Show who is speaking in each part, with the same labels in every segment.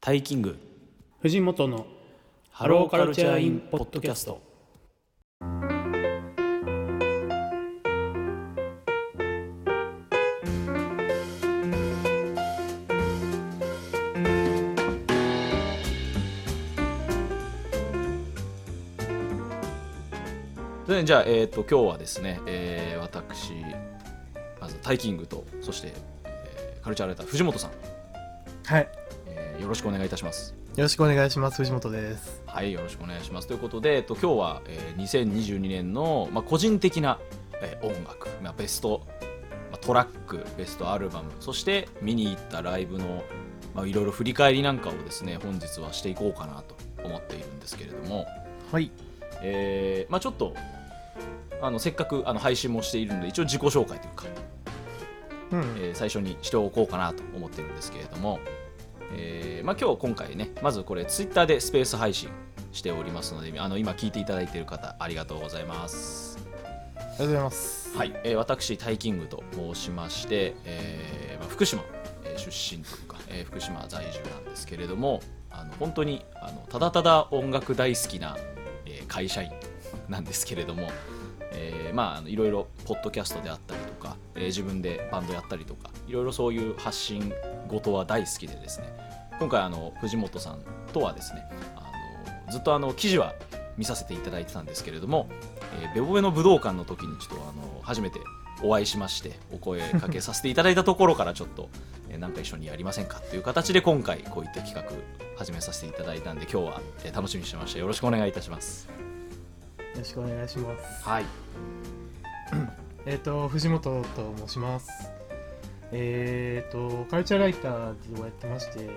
Speaker 1: タイキング
Speaker 2: 藤本の
Speaker 1: ハ
Speaker 2: ローカルチャーインポッドキャス
Speaker 1: トそれでじゃあ、えー、と今日はですね、えー私まずタイキングとそして、えーカルチャーライター藤本さん、
Speaker 3: はい。
Speaker 1: えーよろしくお願いいたします
Speaker 3: よろしくお願いします。藤本です。
Speaker 1: はい、よろしくお願いします。ということで、えっと、今日は、えー2022年の、まあ、個人的な、えー音楽、まあ、ベスト、まあトラック、ベストアルバム、そして見に行ったライブの、まあ、いろいろ振り返りなんかをですね、本日はしていこうかなと思っているんですけれども、
Speaker 3: はい。
Speaker 1: えーまあ、ちょっとあのせっかくあの配信もしているので、一応自己紹介というか、
Speaker 3: うん。
Speaker 1: えー最初にしておこうかなと思ってるんですけれども、えーまあ、今日今回ねまずこれツイッターでスペース配信しておりますのであの今聞いていただいている方ありがとうございます
Speaker 3: ありがとうございます。
Speaker 1: はい、えー私タイキングと申しまして、えーまあ、福島えー出身というか、えー福島在住なんですけれどもあの本当にあのただただ音楽大好きな、えー会社員なんですけれども、えーまああのいろいろポッドキャストであったりとか、えー自分でバンドやったりとかいろいろそういう発信事は大好きでですね今回あの藤本さんとはですねあのずっとあの記事は見させていただいてたんですけれども、えーベボベの武道館の時にちょっとあの初めてお会いしましてお声かけさせていただいたところからちょっと、 えーなんか一緒にやりませんかという形で今回こういった企画始めさせていただいたんで今日は、えー楽しみにしてましたよろしくお願いいたします
Speaker 3: よろしくお願いします。
Speaker 1: はい
Speaker 3: えっ、と、藤本と申します。えっ、と、カルチャーライターズをやってまして、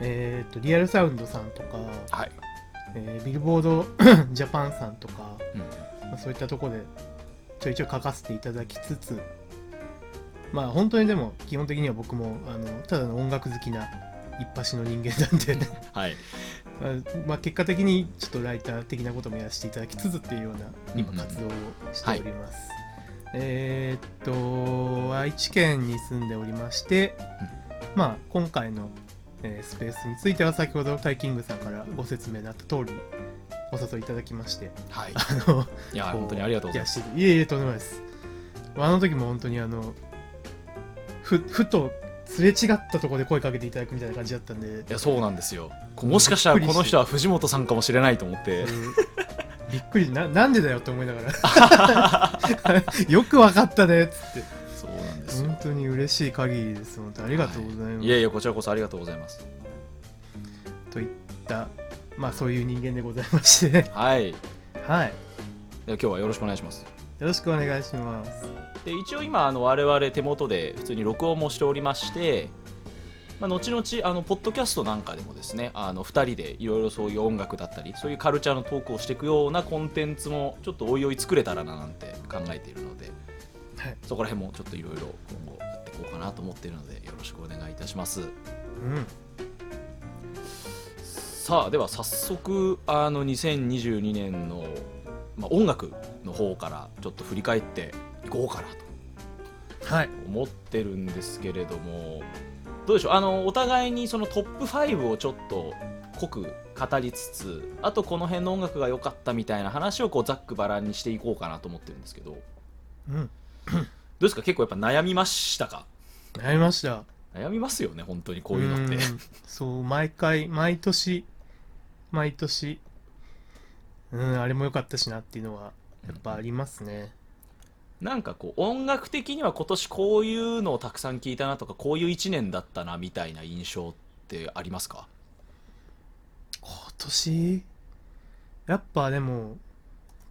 Speaker 3: えっ、と、リアルサウンドさんとか、
Speaker 1: はい、
Speaker 3: えービルボード ジャパンさんとか、
Speaker 1: うん
Speaker 3: まあそういったところでちょいちょい書かせていただきつつ、まあ本当にでも基本的には僕もあのただの音楽好きな一発の人間なんで、
Speaker 1: はい
Speaker 3: まあまあ、結果的にちょっとライター的なこともやらせていただきつつっていうような今
Speaker 1: うんうん
Speaker 3: 活動をしております、えーっと愛知県に住んでおりまして、まあ今回の、えースペースについては先ほどタイキングさんからご説明のあった通りお誘いいただきまして
Speaker 1: はい
Speaker 3: あの
Speaker 1: いや本当にありがとうございます
Speaker 3: すいえいえとんでもないですあの時も本当にあのふふとすれ違ったところで声かけていただくみたいな感じだったんで
Speaker 1: いやそうなんですよこもしかしたらこの人は藤本さんかもしれないと思って
Speaker 3: びっくりななんでだよって思いながら よくわかったねっつって
Speaker 1: そうなんですよ
Speaker 3: 本当に嬉しい限りです本当にありがとうございます、
Speaker 1: いやいやこちらこそありがとうございます
Speaker 3: といったまあそういう人間でございまして
Speaker 1: はいでは
Speaker 3: はいよ
Speaker 1: 今日はよろしくお願いします
Speaker 3: ろしくお願いします
Speaker 1: で一応今あの我々手元で普通に録音もしておりまして、まあ、後々あのポッドキャストなんかでもですねあの2人でいろいろそういう音楽だったりそういうカルチャーのトークをしていくようなコンテンツもちょっとおいおい作れたらななんて考えているので
Speaker 3: はい、
Speaker 1: そこら辺もちょっといろいろ今後やっていこうかなと思っているのでよろしくお願いいたします
Speaker 3: うん、
Speaker 1: さあでは早速あの2022年の、まあ、音楽の方からちょっと振り返っていこうかなと
Speaker 3: はい
Speaker 1: 思ってるんですけれどもどうでしょうあのお互いにそのトップ5をちょっと濃く語りつつあとこの辺の音楽が良かったみたいな話をこうざっくばらんにしていこうかなと思ってるんですけどどう
Speaker 3: うん
Speaker 1: ですか結構やっぱ悩みましたか
Speaker 3: 悩みました
Speaker 1: 悩みますよね本当にこういうのって
Speaker 3: んそう毎回毎年毎年うんあれも良かったしなっていうのはやっぱありますね
Speaker 1: なんかこう音楽的には今年こういうのをたくさん聞いたなとかこういう1年だったなみたいな印象ってありますか
Speaker 3: 今年やっぱでも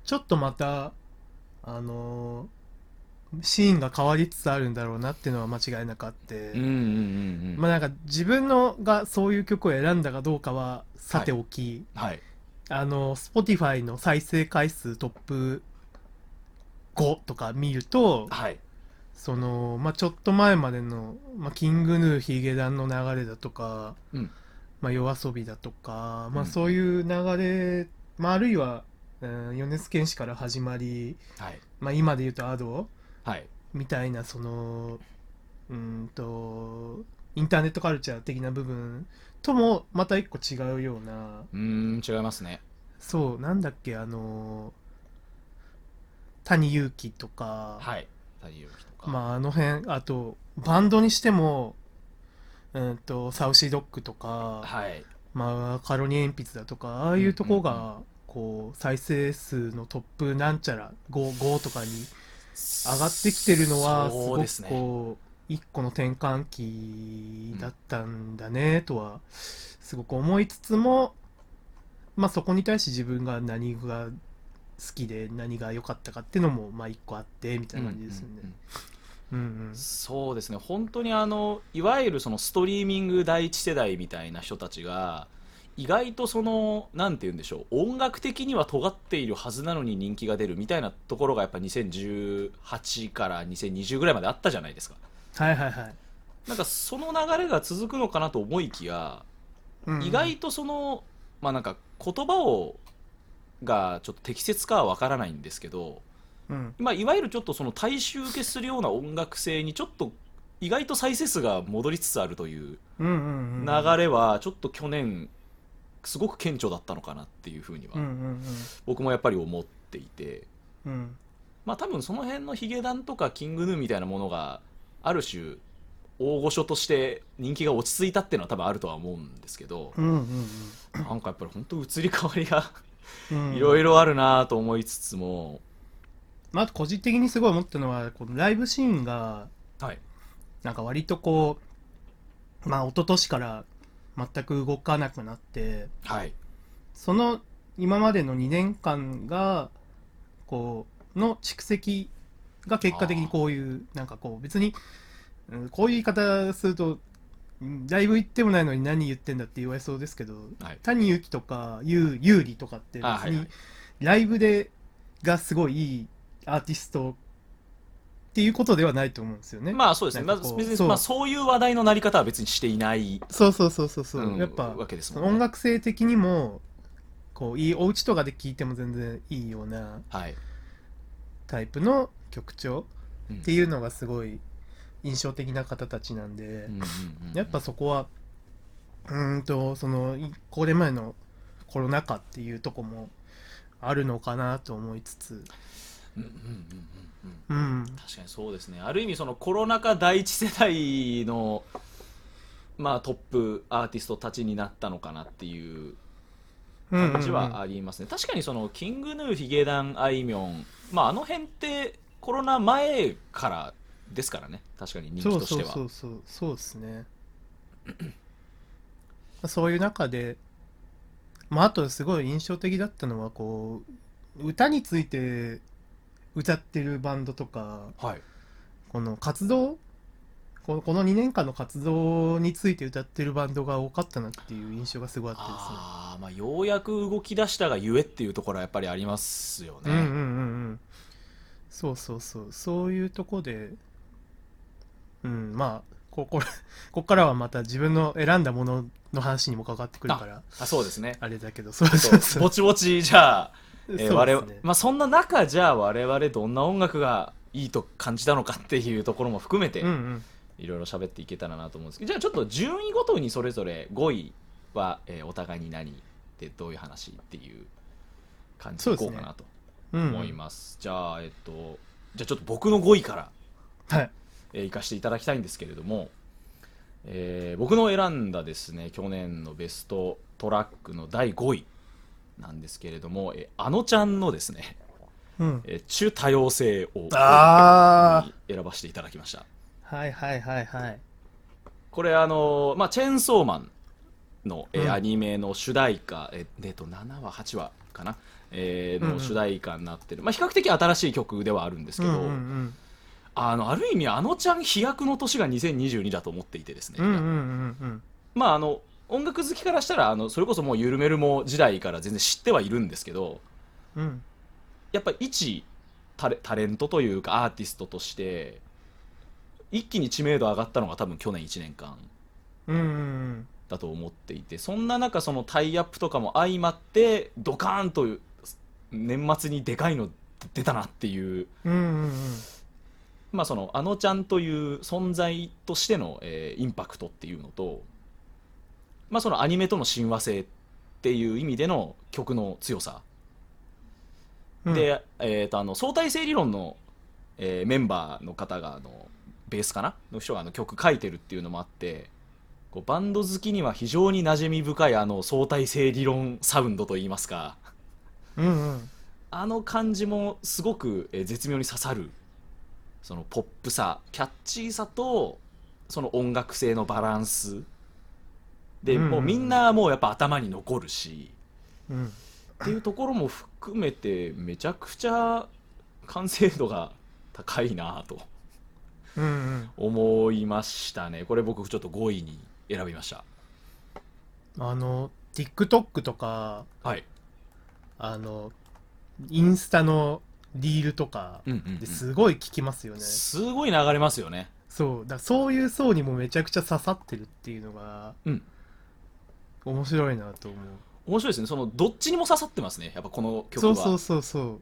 Speaker 3: ちょっとまたあのーシーンが変わりつつあるんだろうなっていうのは間違いなくあって、
Speaker 1: うんうんうんうん、
Speaker 3: まあなんか自分のがそういう曲を選んだかどうかはさておき、
Speaker 1: はい
Speaker 3: あの Spotify の再生回数トップ5とか見ると
Speaker 1: はい
Speaker 3: その、まあ、ちょっと前までの、まあ、キングヌーヒゲダンの流れだとか、
Speaker 1: うん
Speaker 3: まあ、夜遊びだとか、ま
Speaker 1: うん
Speaker 3: あ、そういう流れ、まあ、あるいは、うん、米津玄師から始まり、
Speaker 1: はい
Speaker 3: まあ、今で言うとアド
Speaker 1: はい
Speaker 3: みたいなそのうーんとインターネットカルチャー的な部分ともまた一個違うような
Speaker 1: うーん違いますね
Speaker 3: そうなんだっけあの谷祐希とか、
Speaker 1: はい太陽気とか、
Speaker 3: まああの辺あとバンドにしてもうんとサウシードッグとか、
Speaker 1: はい
Speaker 3: まあ、カロニ鉛筆だとかああいうとこ
Speaker 1: うんうん
Speaker 3: がこう再生数のトップなんちゃら 5, 5とかに上がってきてるのはす
Speaker 1: そう
Speaker 3: ご
Speaker 1: です
Speaker 3: く
Speaker 1: ね
Speaker 3: こう一個の転換期だったんだねとはすごく思いつつもまあそこに対して自分が何が好きで何が良かったかっていうのもまあ一個あってみたいな感じですよ
Speaker 1: うんうん
Speaker 3: ね
Speaker 1: う。
Speaker 3: うんうん
Speaker 1: んそうですね本当にあのいわゆるそのストリーミング第一世代みたいな人たちが意外とそのなんて言うんでしょう音楽的には尖っているはずなのに人気が出るみたいなところがやっぱ2018から2020ぐらいまであったじゃないですか
Speaker 3: はいはいはい
Speaker 1: なんかその流れが続くのかなと思いきや
Speaker 3: うんうん。
Speaker 1: 意外とそのまあなんか言葉をがちょっと適切かはわからないんですけど、
Speaker 3: うん
Speaker 1: まあ、いわゆるちょっとその大衆受けするような音楽性にちょっと意外と再生数が戻りつつあるという
Speaker 3: うんうんうん
Speaker 1: 流れはちょっと去年すごく顕著だったのかなっていうふうには
Speaker 3: うんうん
Speaker 1: 僕もやっぱり思っていて
Speaker 3: うんうん
Speaker 1: まあ多分その辺のヒゲダンとかキングヌーみたいなものがある種大御所として人気が落ち着いたっていうのは多分あるとは思うんですけど
Speaker 3: うんうん
Speaker 1: なんかやっぱり本当移り変わりが
Speaker 3: うんうん
Speaker 1: いろいろあるなと思いつつも、
Speaker 3: まあ、あと個人的にすごい思ったのはこのライブシーンが
Speaker 1: はい、
Speaker 3: なんか割とこうまあ一昨年から全く動かなくなって
Speaker 1: はい、
Speaker 3: その今までの2年間がこうの蓄積が結果的にこういうなんかこう別にうんこういう言い方するとうんライブ行ってもないのに何言ってんだって言われそうですけど
Speaker 1: はい、
Speaker 3: 谷由紀とか優優里とかって別
Speaker 1: あはいは
Speaker 3: に
Speaker 1: い
Speaker 3: ライブでがすごいいいアーティストっていうことではないと思うんですよね。
Speaker 1: まあそうですね、
Speaker 3: な
Speaker 1: ま
Speaker 3: んかこ
Speaker 1: あ、
Speaker 3: う
Speaker 1: 別
Speaker 3: そ
Speaker 1: に
Speaker 3: う
Speaker 1: まあそういう話題のなり方は別にしていない、
Speaker 3: そうそうそうそうそう、
Speaker 1: うん
Speaker 3: やっぱ
Speaker 1: わけです
Speaker 3: そ
Speaker 1: もん
Speaker 3: の
Speaker 1: ね。
Speaker 3: 音楽性的にもこういいお家とかで聴いても全然いいような
Speaker 1: はい、
Speaker 3: タイプの曲調
Speaker 1: うん
Speaker 3: っていうのがすごい印象的な方たちなんで、
Speaker 1: うんうんうんうん
Speaker 3: やっぱそこはうーんとそのいこれ前のコロナ禍っていうとこもあるのかなと思いつつ、
Speaker 1: うんうんうんうんうん
Speaker 3: うん、
Speaker 1: 確かにそうですねある意味そのコロナ禍第一世代の、まあ、トップアーティストたちになったのかなっていう感じはありますね、確かにそのキングヌーヒゲダンあいみょん、まあ、あの辺ってコロナ前からですからね確かに人気としては
Speaker 3: そうそうそうそうそうですねそういう中でまああとすごい印象的だったのはこう歌について歌ってるバンドとか
Speaker 1: はい
Speaker 3: この活動このこの2年間の活動について歌ってるバンドが多かったなっていう印象がすごいあっ
Speaker 1: あーまあ、ようやく動き出したがゆえっていうところはやっぱりありますよ
Speaker 3: て
Speaker 1: ね、
Speaker 3: ですねうんうんうんうんそうそうそうそういうとこでうんまあこ ここっからはまた自分の選んだものの話にも関わってくるから
Speaker 1: あそうですね
Speaker 3: あれだけ ど、そう
Speaker 1: そ
Speaker 3: そううそう。
Speaker 1: ぼちぼちじゃあ
Speaker 3: そう
Speaker 1: え
Speaker 3: で
Speaker 1: ー
Speaker 3: す
Speaker 1: 我々
Speaker 3: ね
Speaker 1: まあ、そんな中じゃあ我々どんな音楽がいいと感じたのかっていうところも含めて
Speaker 3: うんうん。
Speaker 1: いろいろ喋っていけたらなと思うんですけどじゃあちょっと順位ごとにそれぞれ5位は、えーお互いに何でどういう話っていう感じでいこうかなと
Speaker 3: うんうん
Speaker 1: 思いますじゃあえっとじゃあちょっと僕の5位から、
Speaker 3: はい。
Speaker 1: えー、行かせていただきたいんですけれども、えー僕の選んだですね去年のベストトラックの第5位なんですけれども、えーあのちゃんのですね
Speaker 3: うん。
Speaker 1: えー、中多様性を
Speaker 3: あー
Speaker 1: 選ばせていただきました
Speaker 3: はいはいはいはい。
Speaker 1: これあのーまあ、チェーンソーマンの、えー
Speaker 3: うん
Speaker 1: アニメの主題歌、えーえーと7話8話かな、えー
Speaker 3: うんう
Speaker 1: の
Speaker 3: ん
Speaker 1: 主題歌になってる、まあ、比較的新しい曲ではあるんですけど、
Speaker 3: うんうん
Speaker 1: あのある意味あのちゃん飛躍の年が2022だと思っていてですね、
Speaker 3: うん。うんうんうんうん。
Speaker 1: まああの音楽好きからしたらあのそれこそもう「ゆるめるも」時代から全然知ってはいるんですけど
Speaker 3: うん。
Speaker 1: やっぱ一タレタレントというかアーティストとして一気に知名度上がったのが多分去年1年間
Speaker 3: うんうんうん。
Speaker 1: だと思っていてそんな中そのタイアップとかも相まってドカーンと年末にでかいの出たなっていう
Speaker 3: うんうんうん。
Speaker 1: まあそのあのちゃんという存在としての、えーインパクトっていうのとまあ、そのアニメとの親和性っていう意味での曲の強さ、
Speaker 3: うん、
Speaker 1: で、えー、とあの相対性理論の、えーメンバーの方があのベースかなの人があの曲書いてるっていうのもあってこうバンド好きには非常に馴染み深いあの相対性理論サウンドといいますか
Speaker 3: うんうん
Speaker 1: あの感じもすごくえー絶妙に刺さるそのポップさキャッチーさとその音楽性のバランスで、
Speaker 3: うんうんうん
Speaker 1: もうみんなもうやっぱ頭に残るし
Speaker 3: うん
Speaker 1: っていうところも含めてめちゃくちゃ完成度が高いなと
Speaker 3: うんうん
Speaker 1: 思いましたねこれ僕ちょっと5位に選びました
Speaker 3: あの TikTok とか
Speaker 1: はい、
Speaker 3: あのインスタのリールとか
Speaker 1: うんうんうん
Speaker 3: ですごい聞きますよね、
Speaker 1: すごい流れますよね
Speaker 3: そうだからそういう層にもめちゃくちゃ刺さってるっていうのが、
Speaker 1: うん
Speaker 3: 面白いなと思う
Speaker 1: 面白いですねそのどっちにも刺さってますねやっぱこの曲
Speaker 3: そ
Speaker 1: は
Speaker 3: うそうそうそう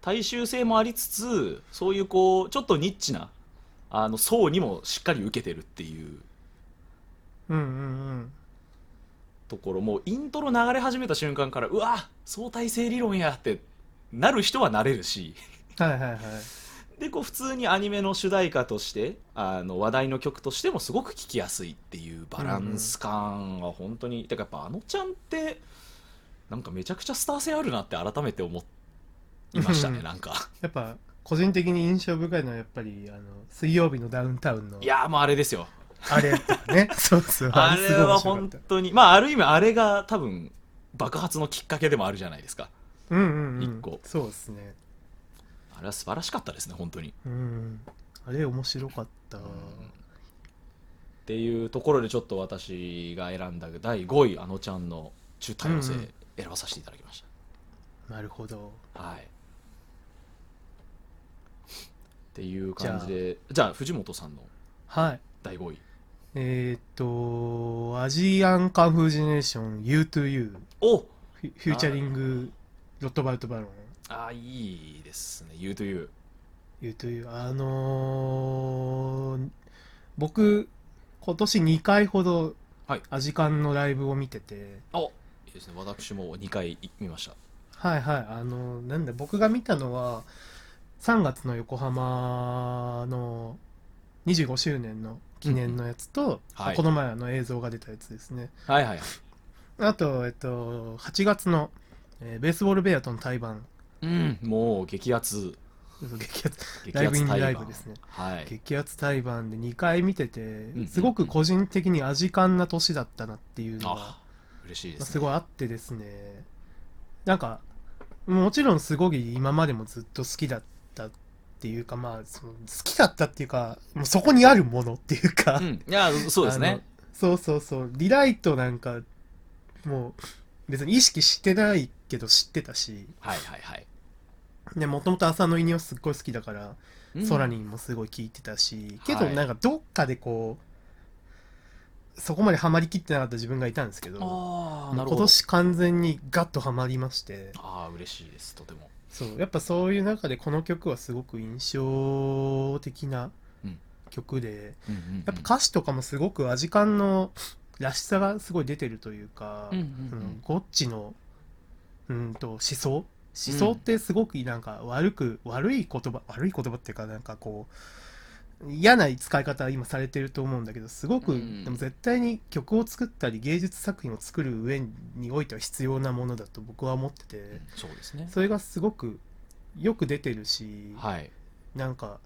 Speaker 1: 大衆性もありつつそういうこうちょっとニッチなあの層にもしっかり受けてるっていう
Speaker 3: うんうん
Speaker 1: ところもイントロ流れ始めた瞬間からうわ相対性理論やってなる人はなれるし
Speaker 3: うんはいはいはい
Speaker 1: でこう普通にアニメの主題歌としてあの話題の曲としてもすごく聴きやすいっていうバランス感は本当に、てかやっぱあのちゃんってなんかめちゃくちゃスター性あるなって改めて思いました
Speaker 3: う
Speaker 1: ね
Speaker 3: ん
Speaker 1: なんか
Speaker 3: やっぱ個人的に印象深いのはやっぱりあの水曜日のダウンタウンの
Speaker 1: いやーもうあれですよ
Speaker 3: あれとか ねそうそう
Speaker 1: あれは本
Speaker 3: 当
Speaker 1: 当にまあある意味あれが多分爆発のきっかけでもあるじゃないですか
Speaker 3: うんうん、うん、
Speaker 1: 一個
Speaker 3: そうですね
Speaker 1: あれは素晴らしかったですね本当に、
Speaker 3: うんあれ面白かった、
Speaker 1: っていうところでちょっと私が選んだ第5位あのちゃんの中多様性
Speaker 3: うんうん
Speaker 1: 選ばさせていただきました、
Speaker 3: なるほど
Speaker 1: はい。っていう感じで、じゃあ、藤本さんの
Speaker 3: はい
Speaker 1: 第5位。
Speaker 3: えーっとアジアンカンフージェネレーション U2U
Speaker 1: お
Speaker 3: フィフューチャリングロットバルト・バロン
Speaker 1: ああ、いいですね。言うという。
Speaker 3: U2U あのー僕今年2回ほど
Speaker 1: はい
Speaker 3: アジカンのライブを見てて、
Speaker 1: おいいですね。私も2回見ました。
Speaker 3: はいはいあのなんだ僕が見たのは3月の横浜の25周年の記念のやつと、
Speaker 1: はい
Speaker 3: この前あの映像が出たやつですね
Speaker 1: はいはいはい。
Speaker 3: あと、えっと、8月の、えーベースボールベアとの対バン
Speaker 1: うん、もう激アツ。
Speaker 3: 嘘激アツ
Speaker 1: 激
Speaker 3: ライ
Speaker 1: ア
Speaker 3: ブイ
Speaker 1: ツ
Speaker 3: ン
Speaker 1: 対
Speaker 3: ライ
Speaker 1: バ
Speaker 3: ブ
Speaker 1: ン
Speaker 3: ですね
Speaker 1: はい。
Speaker 3: 激アツ対バンで2回見て
Speaker 1: うん
Speaker 3: てすごく個人的にアジカンな年だったなっていうのが、
Speaker 1: あ嬉しいで
Speaker 3: まあ
Speaker 1: す、
Speaker 3: す
Speaker 1: ね。
Speaker 3: ごいあってですねなんかもちろんすごい今までもずっと好きだったっていうかまあその好きだったっていうかもうそこにあるものっていうか、
Speaker 1: うん、いや、そうですね。
Speaker 3: そうそうそうリライトなんかもう別に意識してないけど知ってたし
Speaker 1: はいはいはい。
Speaker 3: でもともと浅野稲をすっごい好きだから、
Speaker 1: うん
Speaker 3: 空にもすごい聞いてたしけど
Speaker 1: はい
Speaker 3: なんかどっかでこうそこまでハマりきってなかった自分がいたんですけど
Speaker 1: ああ、な
Speaker 3: 今
Speaker 1: るほど。
Speaker 3: 年完全にガッとハマりまして
Speaker 1: ああ、嬉しいです。とても。
Speaker 3: そうやっぱそういう中でこの曲はすごく印象的な
Speaker 1: うん
Speaker 3: 曲で、
Speaker 1: うんうんうん
Speaker 3: やっぱ歌詞とかもすごくアジカンのらしさがすごい出てるというか、
Speaker 1: うんうん
Speaker 3: そ
Speaker 1: うん
Speaker 3: のゴッチのうんと思想思想ってすごくなんか悪く、悪い言葉悪い言葉っていうかなんかこう嫌な使い方今されてると思うんだけどすご
Speaker 1: う
Speaker 3: く、
Speaker 1: ん
Speaker 3: でも絶対に曲を作ったり芸術作品を作る上においては必要なものだと僕は思ってて。
Speaker 1: うんそうですね。
Speaker 3: それがすごくよく出てるし、
Speaker 1: はい。
Speaker 3: なんか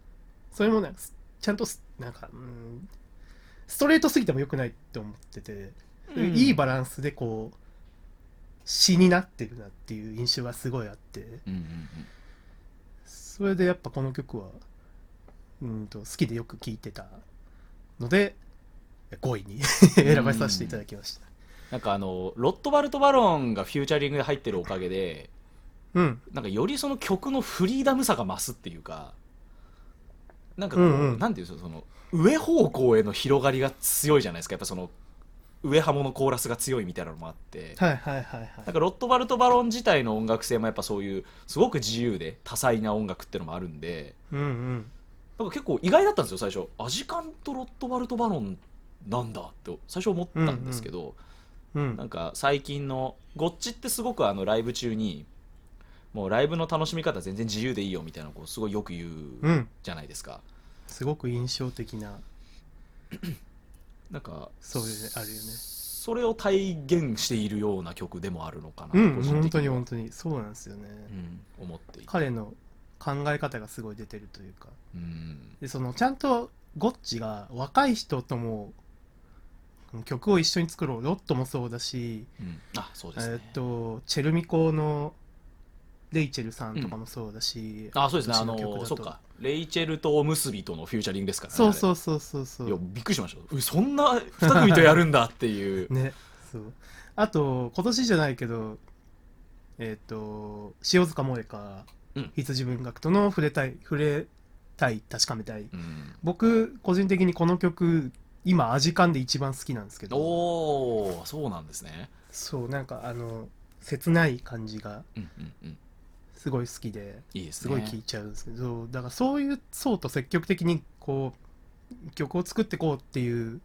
Speaker 3: それもなんかすちゃんとすなんかうんストレートすぎてもよくないって思ってて、いい
Speaker 1: 場。
Speaker 3: バランスでこう詩になってるなっていう印象がすごいあって
Speaker 1: うんうんうん
Speaker 3: それでやっぱこの曲はうんと好きでよく聴いてたので5位に選ばさせていただきました。
Speaker 1: なんかあのロットバルト・バロンがフューチャリングで入ってるおかげで
Speaker 3: うん、
Speaker 1: なんかよりその曲のフリーダムさが増すっていうかなんかこう、
Speaker 3: うんうん
Speaker 1: なんていうんですかその上方向への広がりが強いじゃないですかやっぱその上ハモのコーラスが強いみたいなのもあって、
Speaker 3: はいはいはいは
Speaker 1: なん
Speaker 3: い。
Speaker 1: かロットバルト・バロン自体の音楽性もやっぱそういうすごく自由で多彩な音楽ってのもあるんで
Speaker 3: うんうん。
Speaker 1: なんか結構意外だったんですよ最初アジカンとロットバルト・バロンなんだって最初思ったんですけど、
Speaker 3: うん
Speaker 1: なんか最近のゴッチってすごくあのライブ中にもうライブの楽しみ方全然自由でいいよみたいなのをこうすごいよく言
Speaker 3: う
Speaker 1: うんじゃないですか、
Speaker 3: すごく印象的な
Speaker 1: なんか
Speaker 3: そういうあるよね
Speaker 1: それを体現しているような曲でもあるのかな、
Speaker 3: うん
Speaker 1: 個人
Speaker 3: 本
Speaker 1: 的
Speaker 3: 当に
Speaker 1: は
Speaker 3: 本当にそうなんですよね、
Speaker 1: うん、思っていて、
Speaker 3: 彼の考え方がすごい出てるというか
Speaker 1: うん、
Speaker 3: でそのちゃんとゴッチが若い人とも曲を一緒に作ろうロットもそうだし、
Speaker 1: うんあそう
Speaker 3: え
Speaker 1: ですね
Speaker 3: ーっとチェルミコのレイチェルさんとかもそうだし、
Speaker 1: あそうですねあ
Speaker 3: 今年の曲
Speaker 1: の
Speaker 3: だ
Speaker 1: そ
Speaker 3: と
Speaker 1: っかレイチェルとおむすびとのフューチャリングですからね
Speaker 3: そうそううそうそうそ
Speaker 1: いや
Speaker 3: う
Speaker 1: びっくりしましたうそんな2組とやるんだって いう、
Speaker 3: ねそうあと今年じゃないけどえーっと塩塚萌香、
Speaker 1: うん
Speaker 3: 羊文学との触れたい触れたい確かめたい
Speaker 1: うん、
Speaker 3: 僕個人的にこの曲今アジカンで一番好きなんですけど
Speaker 1: おおそうなんですね
Speaker 3: そうなんかあの切ない感じが
Speaker 1: うんうんうん
Speaker 3: すごい好きで
Speaker 1: いいです
Speaker 3: す
Speaker 1: ね
Speaker 3: ごい聴いちゃうんですけど、だからそういう層と積極的にこう曲を作ってこうっていう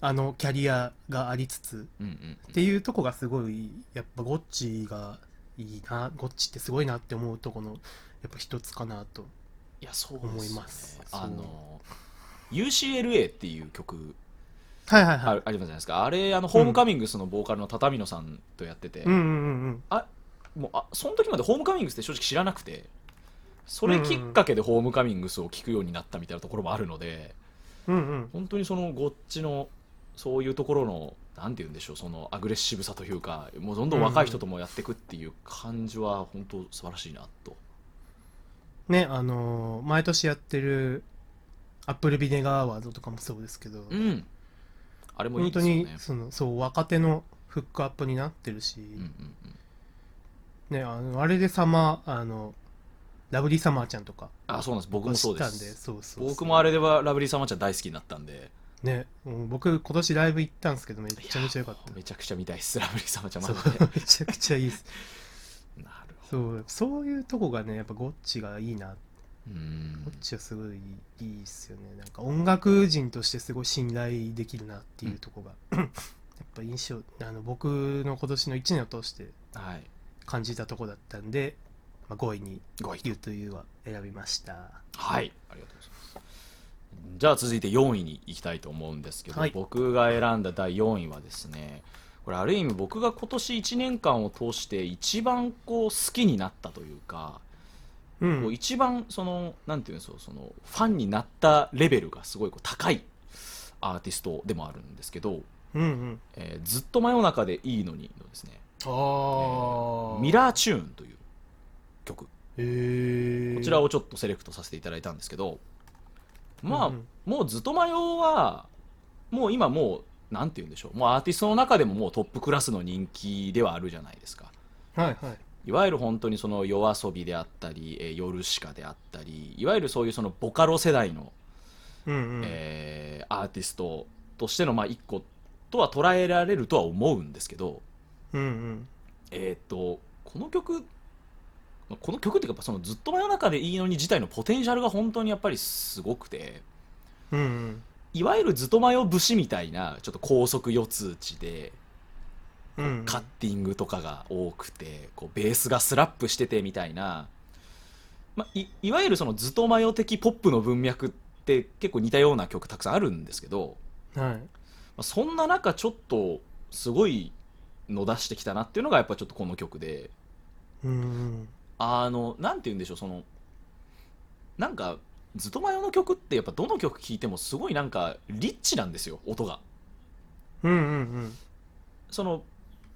Speaker 3: あのキャリアがありつつ
Speaker 1: うんうん
Speaker 3: っていうとこがすごいやっぱゴッチがいいなゴッチってすごいなって思うとこのやっぱ一つかなと
Speaker 1: いやそうですよね
Speaker 3: 思います
Speaker 1: あの UCLA っていう曲
Speaker 3: はいはい
Speaker 1: あ
Speaker 3: はい
Speaker 1: るありますじゃないですかあれあのホームカミングスのボーカルの畳野さんとやってて、
Speaker 3: うんうんうん
Speaker 1: もうあその時までホームカミングスって正直知らなくてそれきっかけでホームカミングスを聴くようになったみたいなところもあるので、
Speaker 3: うんうんうん
Speaker 1: 本当にそのゴッチのそういうところのなんて言うんでしょうそのアグレッシブさというかもうどんどん若い人ともやっていくっていう感じは本当素晴らしいなと、
Speaker 3: ねあのー毎年やってるアップルビネガーアワードとかもそうですけど、
Speaker 1: うん、あれもい
Speaker 3: 本
Speaker 1: いで
Speaker 3: 当
Speaker 1: すよ
Speaker 3: に
Speaker 1: ね。
Speaker 3: そのそう若手のフックアップになってるし、
Speaker 1: うんうんうん
Speaker 3: ね、あのあれでサマーあのラブリーサマーちゃんとか
Speaker 1: あそうなんです僕もそうです
Speaker 3: 知ったんでそうそうそう
Speaker 1: 僕もあれではラブリー様ちゃん大好きになったんで
Speaker 3: ねもう僕今年ライブ行ったんですけどめちゃめちゃ良かっ
Speaker 1: いやめちゃくちゃ見たいです ラブリー様ちゃ
Speaker 3: た
Speaker 1: ん
Speaker 3: そ
Speaker 1: マ
Speaker 3: う
Speaker 1: ジで
Speaker 3: めちゃくちゃいいです
Speaker 1: なるほど
Speaker 3: そうそういうとこがねやっぱゴッチがいいな
Speaker 1: うーん
Speaker 3: ゴッチはすごいいいっすよねなんか音楽人としてすごい信頼できるなっていうとこが、 やっぱ印象あの僕の今年の1年を通して
Speaker 1: はい
Speaker 3: 感じたとこだったんで、まあ、5位に
Speaker 1: 5位
Speaker 3: 「U と U」は選びました
Speaker 1: はい、ありがとうございます。じゃあ続いて4位に行きたいと思うんですけど、
Speaker 3: はい
Speaker 1: 僕が選んだ第4位はですね、これある意味僕が今年1年間を通して一番こう好きになったというか、
Speaker 3: う
Speaker 1: こうん一番そのなんていうんですかそのファンになったレベルがすごいこう高いアーティストでもあるんですけど、
Speaker 3: うんうん
Speaker 1: えーずっと真夜中でいいのにのですね、え
Speaker 3: あ
Speaker 1: ーミラーチューンという曲、
Speaker 3: へえ
Speaker 1: こちらをちょっとセレクトさせていただいたんですけど、まあ、もうずっと迷うはもう今もうなんて言うんでしょうもうアーティストの中でももうトップクラスの人気ではあるじゃないですか
Speaker 3: はいはい
Speaker 1: いわゆる本当にその夜遊びであったり、えー、夜しかであったりいわゆるそういうそのボカロ世代の、
Speaker 3: うんうん
Speaker 1: えーアーティストとしてのまあ一個とは捉えられるとは思うんですけど
Speaker 3: うんうん
Speaker 1: えーっとこの曲まあこの曲っていうかやっぱそのずっと真夜中でいいのに自体のポテンシャルが本当にやっぱりすごくて
Speaker 3: うんうん
Speaker 1: いわゆるずっと迷う節みたいなちょっと高速四つ打ちで
Speaker 3: うん
Speaker 1: カッティングとかが多くてこうベースがスラップしててみたいな、まあ、いいわゆるそのずっと迷う的ポップの文脈って結構似たような曲たくさんあるんですけど、
Speaker 3: はい
Speaker 1: まあ、そんな中ちょっとすごいの出してきたなっていうのがやっぱちょっとこの曲で
Speaker 3: うんうん
Speaker 1: あのなんて言うんでしょうそのなんかずっと迷うの曲ってやっぱどの曲聴いてもすごいなんかリッチなんですよ音が。
Speaker 3: うんうんうん
Speaker 1: その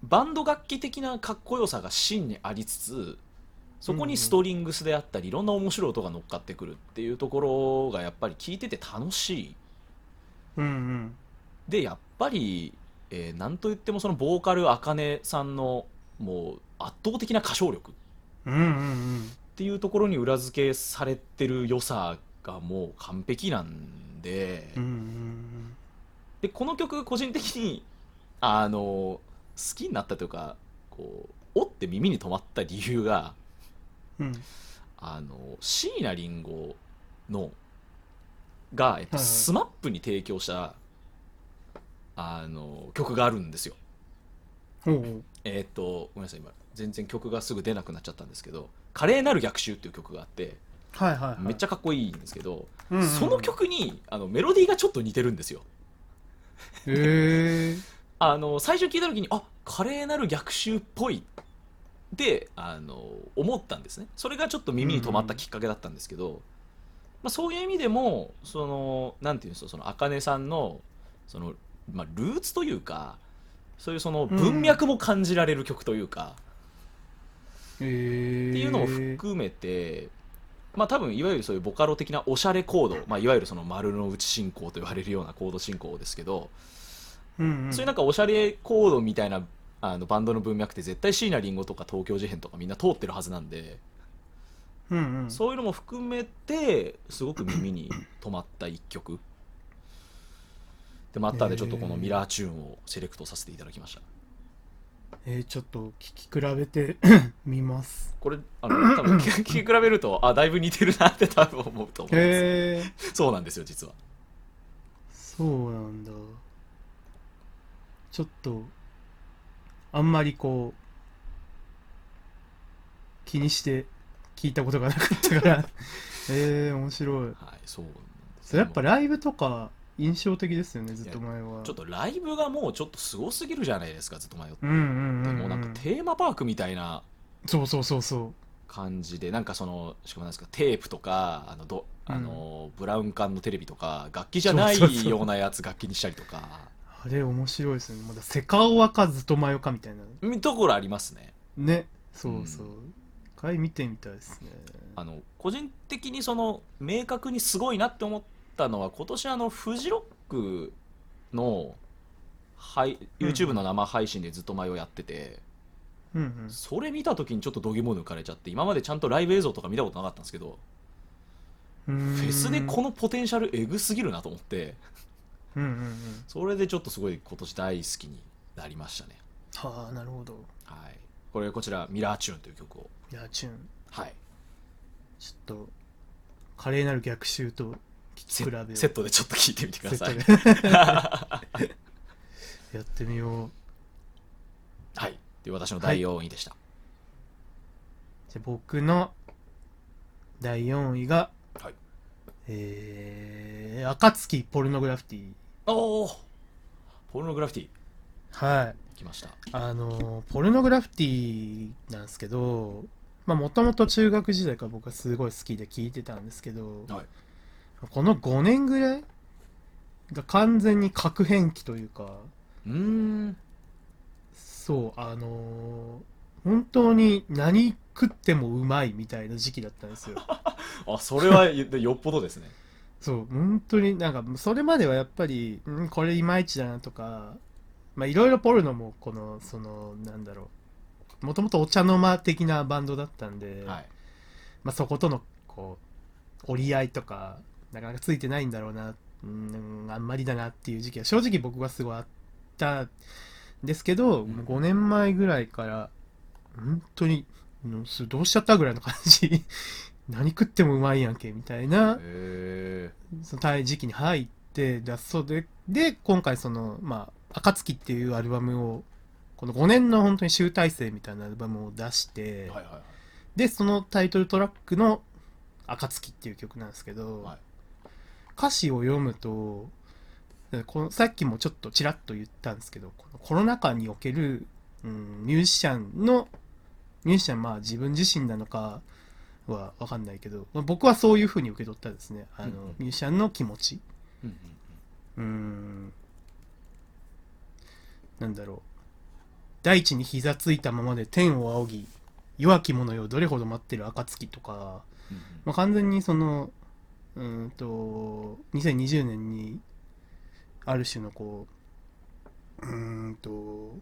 Speaker 1: バンド楽器的なかっこよさが真にありつつそこにストリングスであったりいろんな面白い音が乗っかってくるっていうところがやっぱり聴いてて楽しい
Speaker 3: うんうん
Speaker 1: でやっぱり、えーなんといってもそのボーカルあかねさんのもう圧倒的な歌唱力っ
Speaker 3: うんうん
Speaker 1: ていうところに裏付けされてる良さがもう完璧なんで、
Speaker 3: うんうん
Speaker 1: でこの曲個人的にあの好きになったというかこう折って耳に止まった理由が
Speaker 3: うん
Speaker 1: あの椎名林檎のが、えっと
Speaker 3: はいはい
Speaker 1: スマップに提供したあの曲があるんですよ
Speaker 3: おう
Speaker 1: えーっとごめんなさい今全然曲がすぐ出なくなっちゃったんですけど「華麗なる逆襲」っていう曲があって
Speaker 3: はいはい、はい、
Speaker 1: めっちゃかっこいいんですけど、
Speaker 3: うんうんうん
Speaker 1: その曲にあのメロディーがちょっと似てるんですよ。
Speaker 3: へえ
Speaker 1: あの最初聞いた時にあ華麗なる逆襲っぽいってあの思ったんですねそれがちょっと耳に留まったきっかけだったんですけど、まあ、そういう意味でもそのなんていうんですかその茜さんのその、まあ、ルーツというかそういうその文脈も感じられる曲というか、
Speaker 3: って
Speaker 1: って
Speaker 3: い
Speaker 1: いうのも含めて、まあ多分いわゆるそういうボカロ的なおしゃれコード、まあ、いわゆるその丸の内進行と言われるようなコード進行ですけど、
Speaker 3: うんうん、
Speaker 1: そういうなんかおしゃれコードみたいなあのバンドの文脈って絶対椎名林檎とか東京事変とかみんな通ってるはずなんで、
Speaker 3: うんうん、
Speaker 1: そういうのも含めてすごく耳に留まった一曲でもあったんで
Speaker 3: へー
Speaker 1: ちょっとこのミラーチューンをセレクトさせていただきました
Speaker 3: えー、ちょっと聞き比べて みます
Speaker 1: これあの多分聞き比 べるとあだいぶ似てるなって多分思うと思いま
Speaker 3: へえ
Speaker 1: すそうなんですよ実は
Speaker 3: そうなんだちょっとあんまりこう気にして聞いたことがなかったから えー、面白い
Speaker 1: はいそうなんです
Speaker 3: それやっぱライブとか印象的ですよねずっと前は
Speaker 1: ちょっとライブがもうちょっとすごすぎるじゃないですかずっと迷って、
Speaker 3: うんうんうん、うん、
Speaker 1: もうなんかテーマパークみたいな
Speaker 3: そうそうそうそう
Speaker 1: 感じでなんかそのしかもなんですかテープとかあのどあの、ブラウン管のテレビとか楽器じゃない
Speaker 3: そうそうそう
Speaker 1: ようなやつ楽器にしたりとか
Speaker 3: あれ面白いですねまだセカオワかずとマヨかみたいな
Speaker 1: うんところありますね
Speaker 3: ねそうそう、
Speaker 1: う
Speaker 3: 一回見てみたいですね
Speaker 1: あの個人的にその明確にすごいなって思ったのは今年あのフジロックの、はい、YouTube の生配信でずっと前をやってて、
Speaker 3: うんうん
Speaker 1: それ見た時にちょっと度肝抜かれちゃって今までちゃんとライブ映像とか見たことなかったんですけど
Speaker 3: フ
Speaker 1: フェスでこのポテンシャルエグすぎるなと思って
Speaker 3: うんうんうん
Speaker 1: それでちょっとすごい今年大好きになりましたね
Speaker 3: はあなるほど
Speaker 1: はい、これこちら「ミラーチューン」という曲を、
Speaker 3: いやチュン
Speaker 1: はい、
Speaker 3: ちょっと華麗なる逆襲と
Speaker 1: セ
Speaker 3: 聞き比べを
Speaker 1: セットでちょっと聞いてみてください。
Speaker 3: セッ トで やってみよう
Speaker 1: はい、で私の第4位でした。
Speaker 3: じゃあ僕の第4位が
Speaker 1: はい
Speaker 3: えー、暁ポルノグラフィティ
Speaker 1: おおポルノグラフィテ
Speaker 3: はい
Speaker 1: ィ来ました。
Speaker 3: あのーポルノグラフィティなんですけどもともと中学時代から僕はすごい好きで聞いてたんですけど、
Speaker 1: はい
Speaker 3: この5年ぐらいが完全に核変期というか
Speaker 1: うーん
Speaker 3: そうあのー本当に何食ってもうまいみたいな時期だった んですよ
Speaker 1: あそれはよよっぽどです ね。
Speaker 3: そう本当になんかそれまではやっぱり、うん、これいまいちだなとかまあいろいろポルノもこのそのなんだろうもともとお茶の間的なバンドだったんで、
Speaker 1: はい、
Speaker 3: まあ、そことのこう折り合いとかなかなかついてないんだろうなうんあんまりだなっていう時期は正直僕はすごいあったんですけど、
Speaker 1: ん
Speaker 3: もう5年前ぐらいから本当にうんすどうしちゃったぐらいの感じ 何食ってもうまいやんけみたいな
Speaker 1: へ
Speaker 3: その大時期に入ってだそうでで今回その「まあ暁」っていうアルバムをこの5年の本当に集大成みたいなアルバムを出して、
Speaker 1: えはいはいはい。
Speaker 3: でそのタイトルトラックの「暁」っていう曲なんですけど、
Speaker 1: はい
Speaker 3: 歌詞を読むとこのさっきもちょっとちらっと言ったんですけどこのコロナ禍における、うん、ミュージシャンのミュージシャンまあ自分自身なのかは分かんないけどまあ僕はそういうふうに受け取ったんですねあの、
Speaker 1: うんうん
Speaker 3: ミュージシャンの気持ち。
Speaker 1: うんうん
Speaker 3: うーんなんだろう大地に膝ついたままで天を仰ぎ弱き者よどれほど待ってる暁とか、
Speaker 1: うんうん
Speaker 3: まあ、完全にそのうーんと2020年にある種のこううーんとも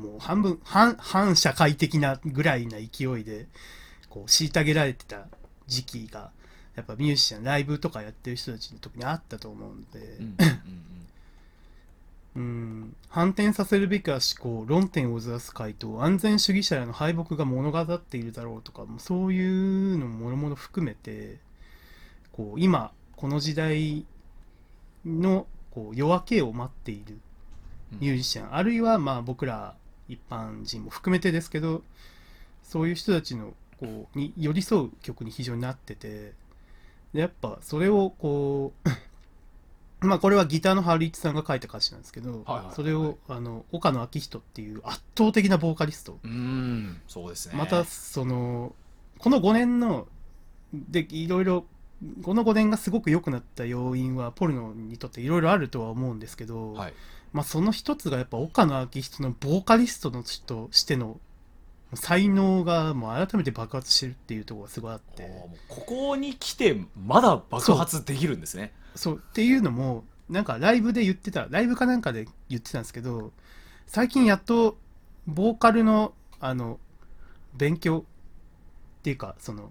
Speaker 3: う半分反反社会的なぐらいな勢いでこう虐げられてた時期がやっぱミュージシャンライブとかやってる人たちに特にあったと思うので。
Speaker 1: うんうんうん
Speaker 3: うん反転させるべきは思考論点をずらす回答安全主義者らの敗北が物語っているだろうとかもうそういうのもろもろ含めてこう今この時代のこう夜明けを待っているミュージシャン、あるいはまあ僕ら一般人も含めてですけどそういう人たちのこうに寄り添う曲に非常になっててでやっぱそれをこう まあこれはギターの春一さんが書いた歌詞なんですけど、
Speaker 1: はいはいはい
Speaker 3: それをあの岡野昭仁っていう圧倒的なボーカリスト、
Speaker 1: うんそうですね
Speaker 3: またそのこの5年のでいろいろこの5年がすごく良くなった要因はポルノにとっていろいろあるとは思うんですけど、
Speaker 1: はい
Speaker 3: まあ、その一つがやっぱ岡野昭仁のボーカリストのとしての才能がもう改めて爆発してるっていうところがすごいあっ
Speaker 1: おー
Speaker 3: て
Speaker 1: もうここに来てまだ爆発できるんですね
Speaker 3: そうっていうのもなんかライブで言ってたライブかなんかで言ってたんですけど最近やっとボーカルのあの勉強っていうかその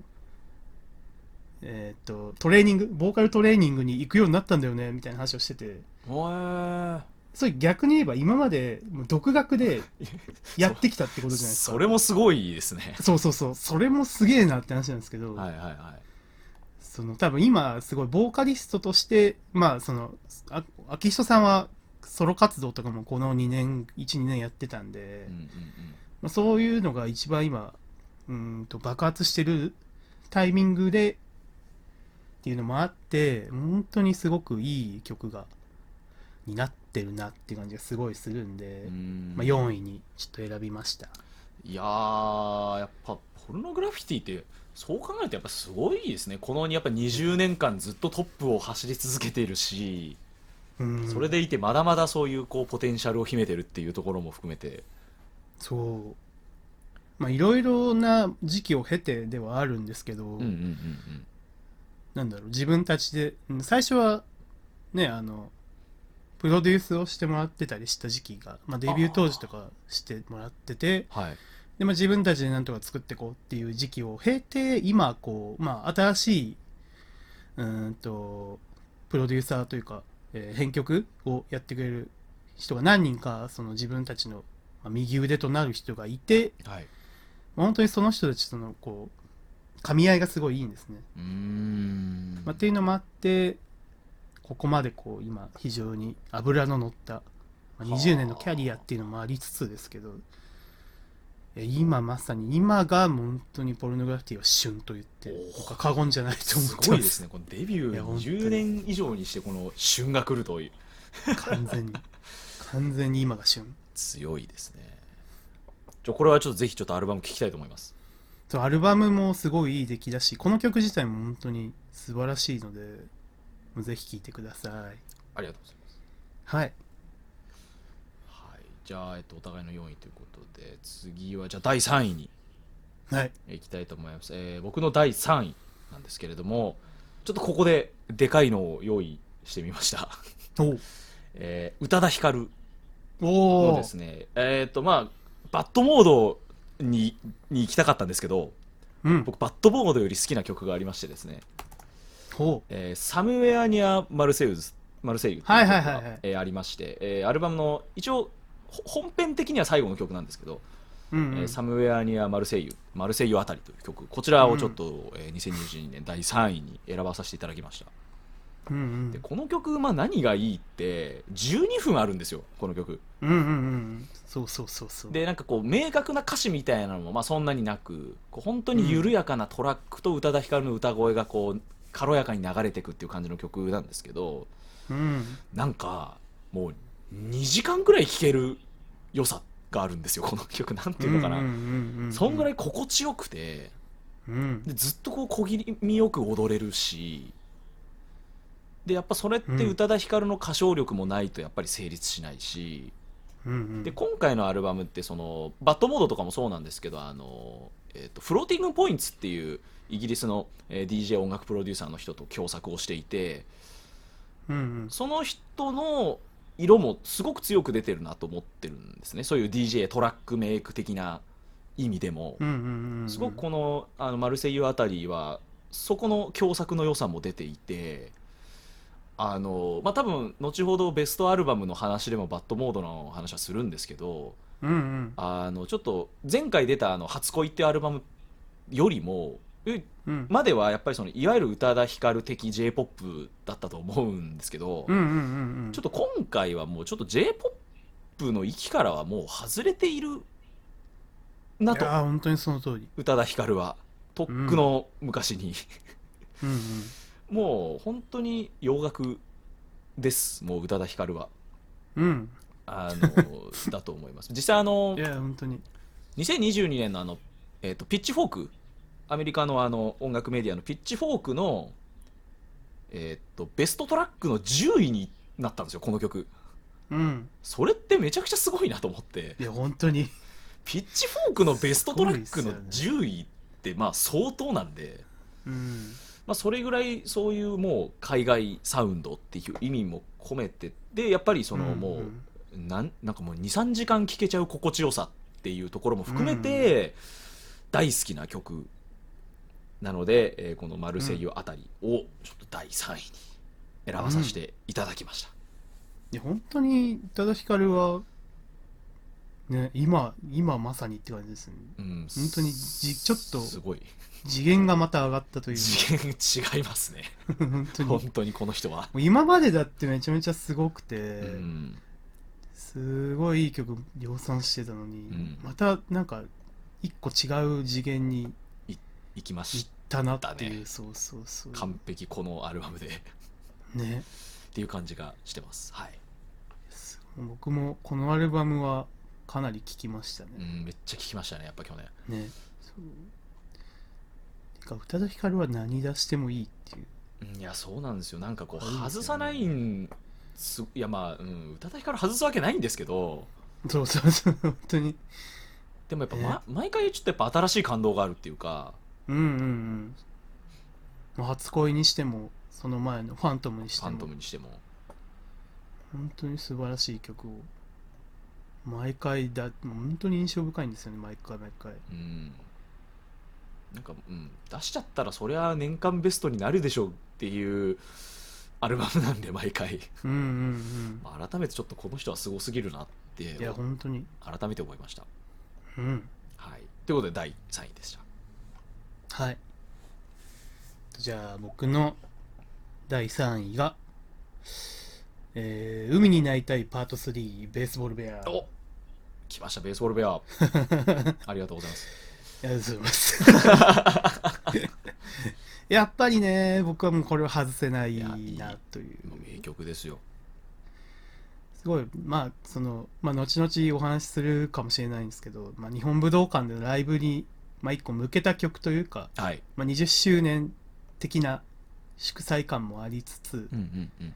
Speaker 3: えーっとトレーニングボーカルトレーニングに行くようになったんだよねみたいな話をしてて
Speaker 1: へー
Speaker 3: それ逆に言えば今までもう独学でやってきたってことじゃないですか
Speaker 1: それもすごいですね
Speaker 3: そうそうそうそれもすげえなって話なんですけど、
Speaker 1: はいはいはい
Speaker 3: その多分今すごいボーカリストとしてまあそのあ秋人さんはソロ活動とかもこの2年12年やってたんで、
Speaker 1: うんうん
Speaker 3: まあ、そういうのが一番今うーんと爆発してるタイミングでっていうのもあって本当にすごくいい曲がになってるなっていう感じがすごいするんで、
Speaker 1: うんうん
Speaker 3: まあ、4位にちょっと選びました。
Speaker 1: いやーやっぱポルノグラフィティってそう考えるとやっぱすごいですねこのやっぱ20年間ずっとトップを走り続けているし、
Speaker 3: うん
Speaker 1: それでいてまだまだそういうこうポテンシャルを秘めてるっていうところも含めて
Speaker 3: そうまあいろいろな時期を経てではあるんですけど、
Speaker 1: うんうんうん
Speaker 3: なんだろう自分たちでうん最初はねあのプロデュースをしてもらってたりした時期が、まあ、デビュー当時とかしてもらってて
Speaker 1: うんはい
Speaker 3: で、まあ、自分たちでなんとか作っていこうっていう時期を経て今こう、まあ、新しいうーんとプロデューサーというか、えー編曲をやってくれる人が何人かその自分たちのまあ右腕となる人がいて
Speaker 1: はい
Speaker 3: まあ本当にその人たちとのこう噛み合いがすごいいいんですね。
Speaker 1: うーん
Speaker 3: まあ、っていうのもあってここまでこう今非常に脂の乗った、まあ、
Speaker 1: はあ
Speaker 3: 20年のキャリアっていうのもありつつですけどえ今まさに今がもう本当にポルノグラフィティは旬と言って
Speaker 1: おー
Speaker 3: 僕は過言じゃないと思っ
Speaker 1: す
Speaker 3: て
Speaker 1: ご
Speaker 3: ま
Speaker 1: い
Speaker 3: す
Speaker 1: ですねこのデビュ
Speaker 3: いや本当に
Speaker 1: ー10年以上にしてこの旬が来るという
Speaker 3: 完全に完全に今が旬
Speaker 1: 強いですねちょこれはちょっとぜひちょっとアルバム聴きたいと思います
Speaker 3: そうアルバムもすごいいい出来だしこの曲自体も本当に素晴らしいのでもうぜひ聴いてください
Speaker 1: ありがとうございます
Speaker 3: はい
Speaker 1: はい、じゃあ、えっと、お互いの4位ということで、次はじゃあ第3位に
Speaker 3: はい
Speaker 1: いきたいと思います。えー僕の第3位なんですけれども、ちょっとここででかいのを用意してみました。
Speaker 3: お
Speaker 1: えー宇多田ヒカル
Speaker 3: お
Speaker 1: の
Speaker 3: ー
Speaker 1: ですね、えーっと、まあ、バッドモードにに行きたかったんですけど、
Speaker 3: うん
Speaker 1: 僕、バッドモードより好きな曲がありましてですね、
Speaker 3: ほ
Speaker 1: えーサムウェアニア・マルセイユズ、マルセイユって
Speaker 3: はいいう
Speaker 1: 曲
Speaker 3: はいはいはい
Speaker 1: がえーありまして、えーアルバムの一応、ほ本編的には最後の曲なんですけど、
Speaker 3: ううんうん
Speaker 1: えーサムウェアニア・マルセイユ、マルセイユあたりという曲、こちらをちょっと、えー2022年第3位に選ばさせていただきました。
Speaker 3: うんうん
Speaker 1: で、この曲、まあ、何がいいって、12分あるんですよ、この曲。
Speaker 3: うんうんうんそうそうそうそう
Speaker 1: で、なんかこう、明確な歌詞みたいなのも、まあ、そんなになく、こう本当に緩やかなトラックと宇多田ヒカルの歌声が、こう、軽やかに流れていくっていう感じの曲なんですけど、
Speaker 3: うん
Speaker 1: なんか、もう、2時間くらい聴ける良さがあるんですよ、この曲、なんていうのかな。
Speaker 3: んんうんうん
Speaker 1: そんぐらい心地よくて、
Speaker 3: うん
Speaker 1: でずっとこう小気味よく踊れるしでやっぱそれって
Speaker 3: うん
Speaker 1: 宇多田ヒカルの歌唱力もないとやっぱり成立しないし、
Speaker 3: うんうん
Speaker 1: で今回のアルバムってそのバッドモードとかもそうなんですけどあの、えっとフローティングポインツっていうイギリスのえー DJ 音楽プロデューサーの人と共作をしていて
Speaker 3: うんうん
Speaker 1: その人の色もすごく強く出てるなと思ってるんですねそういう DJ トラックメイク的な意味でも。
Speaker 3: うんうんうん
Speaker 1: すごくこのあのマルセイユあたりはそこの共作の良さも出ていてあの、まあ、多分後ほどベストアルバムの話でもバッドモードの話はするんですけど
Speaker 3: うんうん
Speaker 1: あのちょっと前回出たあの「初恋」っていうアルバムよりもえ
Speaker 3: うん
Speaker 1: まではやっぱりそのいわゆる宇多田ヒカル的 j p o p だったと思うんですけど、
Speaker 3: うんうんうんうん
Speaker 1: ちょっと今回はもうちょっと j p o プの域からはもう外れているないと
Speaker 3: やー本当にその通り
Speaker 1: 宇多田ヒカルはとっくの昔に、
Speaker 3: うんうん
Speaker 1: もう本当に洋楽ですもう宇多田ヒカルは
Speaker 3: うん
Speaker 1: あの だと思います実際あの
Speaker 3: いや本当に
Speaker 1: 2022年のあの、えー、とピッチフォークアメリカのあの音楽メディアのピッチフォークの、えー、とベストトラックの10位になったんですよこの曲
Speaker 3: うん
Speaker 1: それってめちゃくちゃすごいなと思って
Speaker 3: いや本当に
Speaker 1: ピッチフォークのベストトラックの
Speaker 3: す
Speaker 1: 10
Speaker 3: ごいっす
Speaker 1: 位ってまあ相当なんで、
Speaker 3: うん
Speaker 1: まあ、それぐらいそういうもう海外サウンドっていう意味も込めてでやっぱりその
Speaker 3: ん
Speaker 1: もう、なんなんかもう23時間聴けちゃう心地よさっていうところも含めて大好きな曲なので、えーこの「マルセイユ」あたりをちょっと第3位に選ばさせていただきました、
Speaker 3: いや本当に宇多田ヒカルはね今今まさにって感じですね
Speaker 1: うん
Speaker 3: 本当にじちょっと
Speaker 1: すごい
Speaker 3: 次元がまた上がったというか
Speaker 1: 次元違いますね
Speaker 3: 本当にも
Speaker 1: 本当にこの人は、
Speaker 3: う今までだってめちゃめちゃすごくて、
Speaker 1: うん
Speaker 3: すごいいい曲量産してたのに、
Speaker 1: うん
Speaker 3: またなんか一個違う次元に
Speaker 1: いきま
Speaker 3: 行っ
Speaker 1: した
Speaker 3: なっていう、
Speaker 1: だね
Speaker 3: そうそうそう
Speaker 1: 完璧このアルバムでっ
Speaker 3: ね
Speaker 1: ていう感じがしてますはい、
Speaker 3: す僕もこのアルバムはかなり聴きました
Speaker 1: う
Speaker 3: ね、
Speaker 1: ん、めっちゃ聴きましたねやっぱ去年
Speaker 3: ねそうてか宇多田ヒカルは何出してもいいっていう
Speaker 1: うんいやそうなんですよなんかこう
Speaker 3: あいいですよね
Speaker 1: 外さないんすいやまあ、うん、宇多田ヒカル外すわけないんですけど
Speaker 3: そうそうそう本当に
Speaker 1: でもやっぱ、ま毎回ちょっとやっぱ新しい感動があるっていうか
Speaker 3: うんうんうんもう初恋にしてもその前のファントムにし
Speaker 1: フ
Speaker 3: て
Speaker 1: ァント
Speaker 3: も
Speaker 1: ムにしても
Speaker 3: 本当に素晴らしい曲を毎回だ本当に印象深いんですよね毎回毎回
Speaker 1: うんなんか、うん、出しちゃったらそりゃ年間ベストになるでしょうっていうアルバムなんで毎回、
Speaker 3: うんうんうん
Speaker 1: まあ、改めてちょっとこの人はすごすぎるなって
Speaker 3: いや本当に
Speaker 1: 改めて思いました
Speaker 3: うん
Speaker 1: はいということで第3位でした
Speaker 3: はいじゃあ僕の第3位が、えー海になりたいパート3ベースボールベア
Speaker 1: お来ましたベースボールベ アありがとうございます
Speaker 3: ありがとうございます やっぱりね僕はもうこれは外せない
Speaker 1: いやいい
Speaker 3: なという
Speaker 1: もう名曲ですよ
Speaker 3: すごいまあその、まあ、後々お話しするかもしれないんですけど、まあ、日本武道館でのライブに、まあ、1個向けた曲というか、
Speaker 1: はい
Speaker 3: まあ、20周年的な祝祭感もありつつ、
Speaker 1: うんうんうん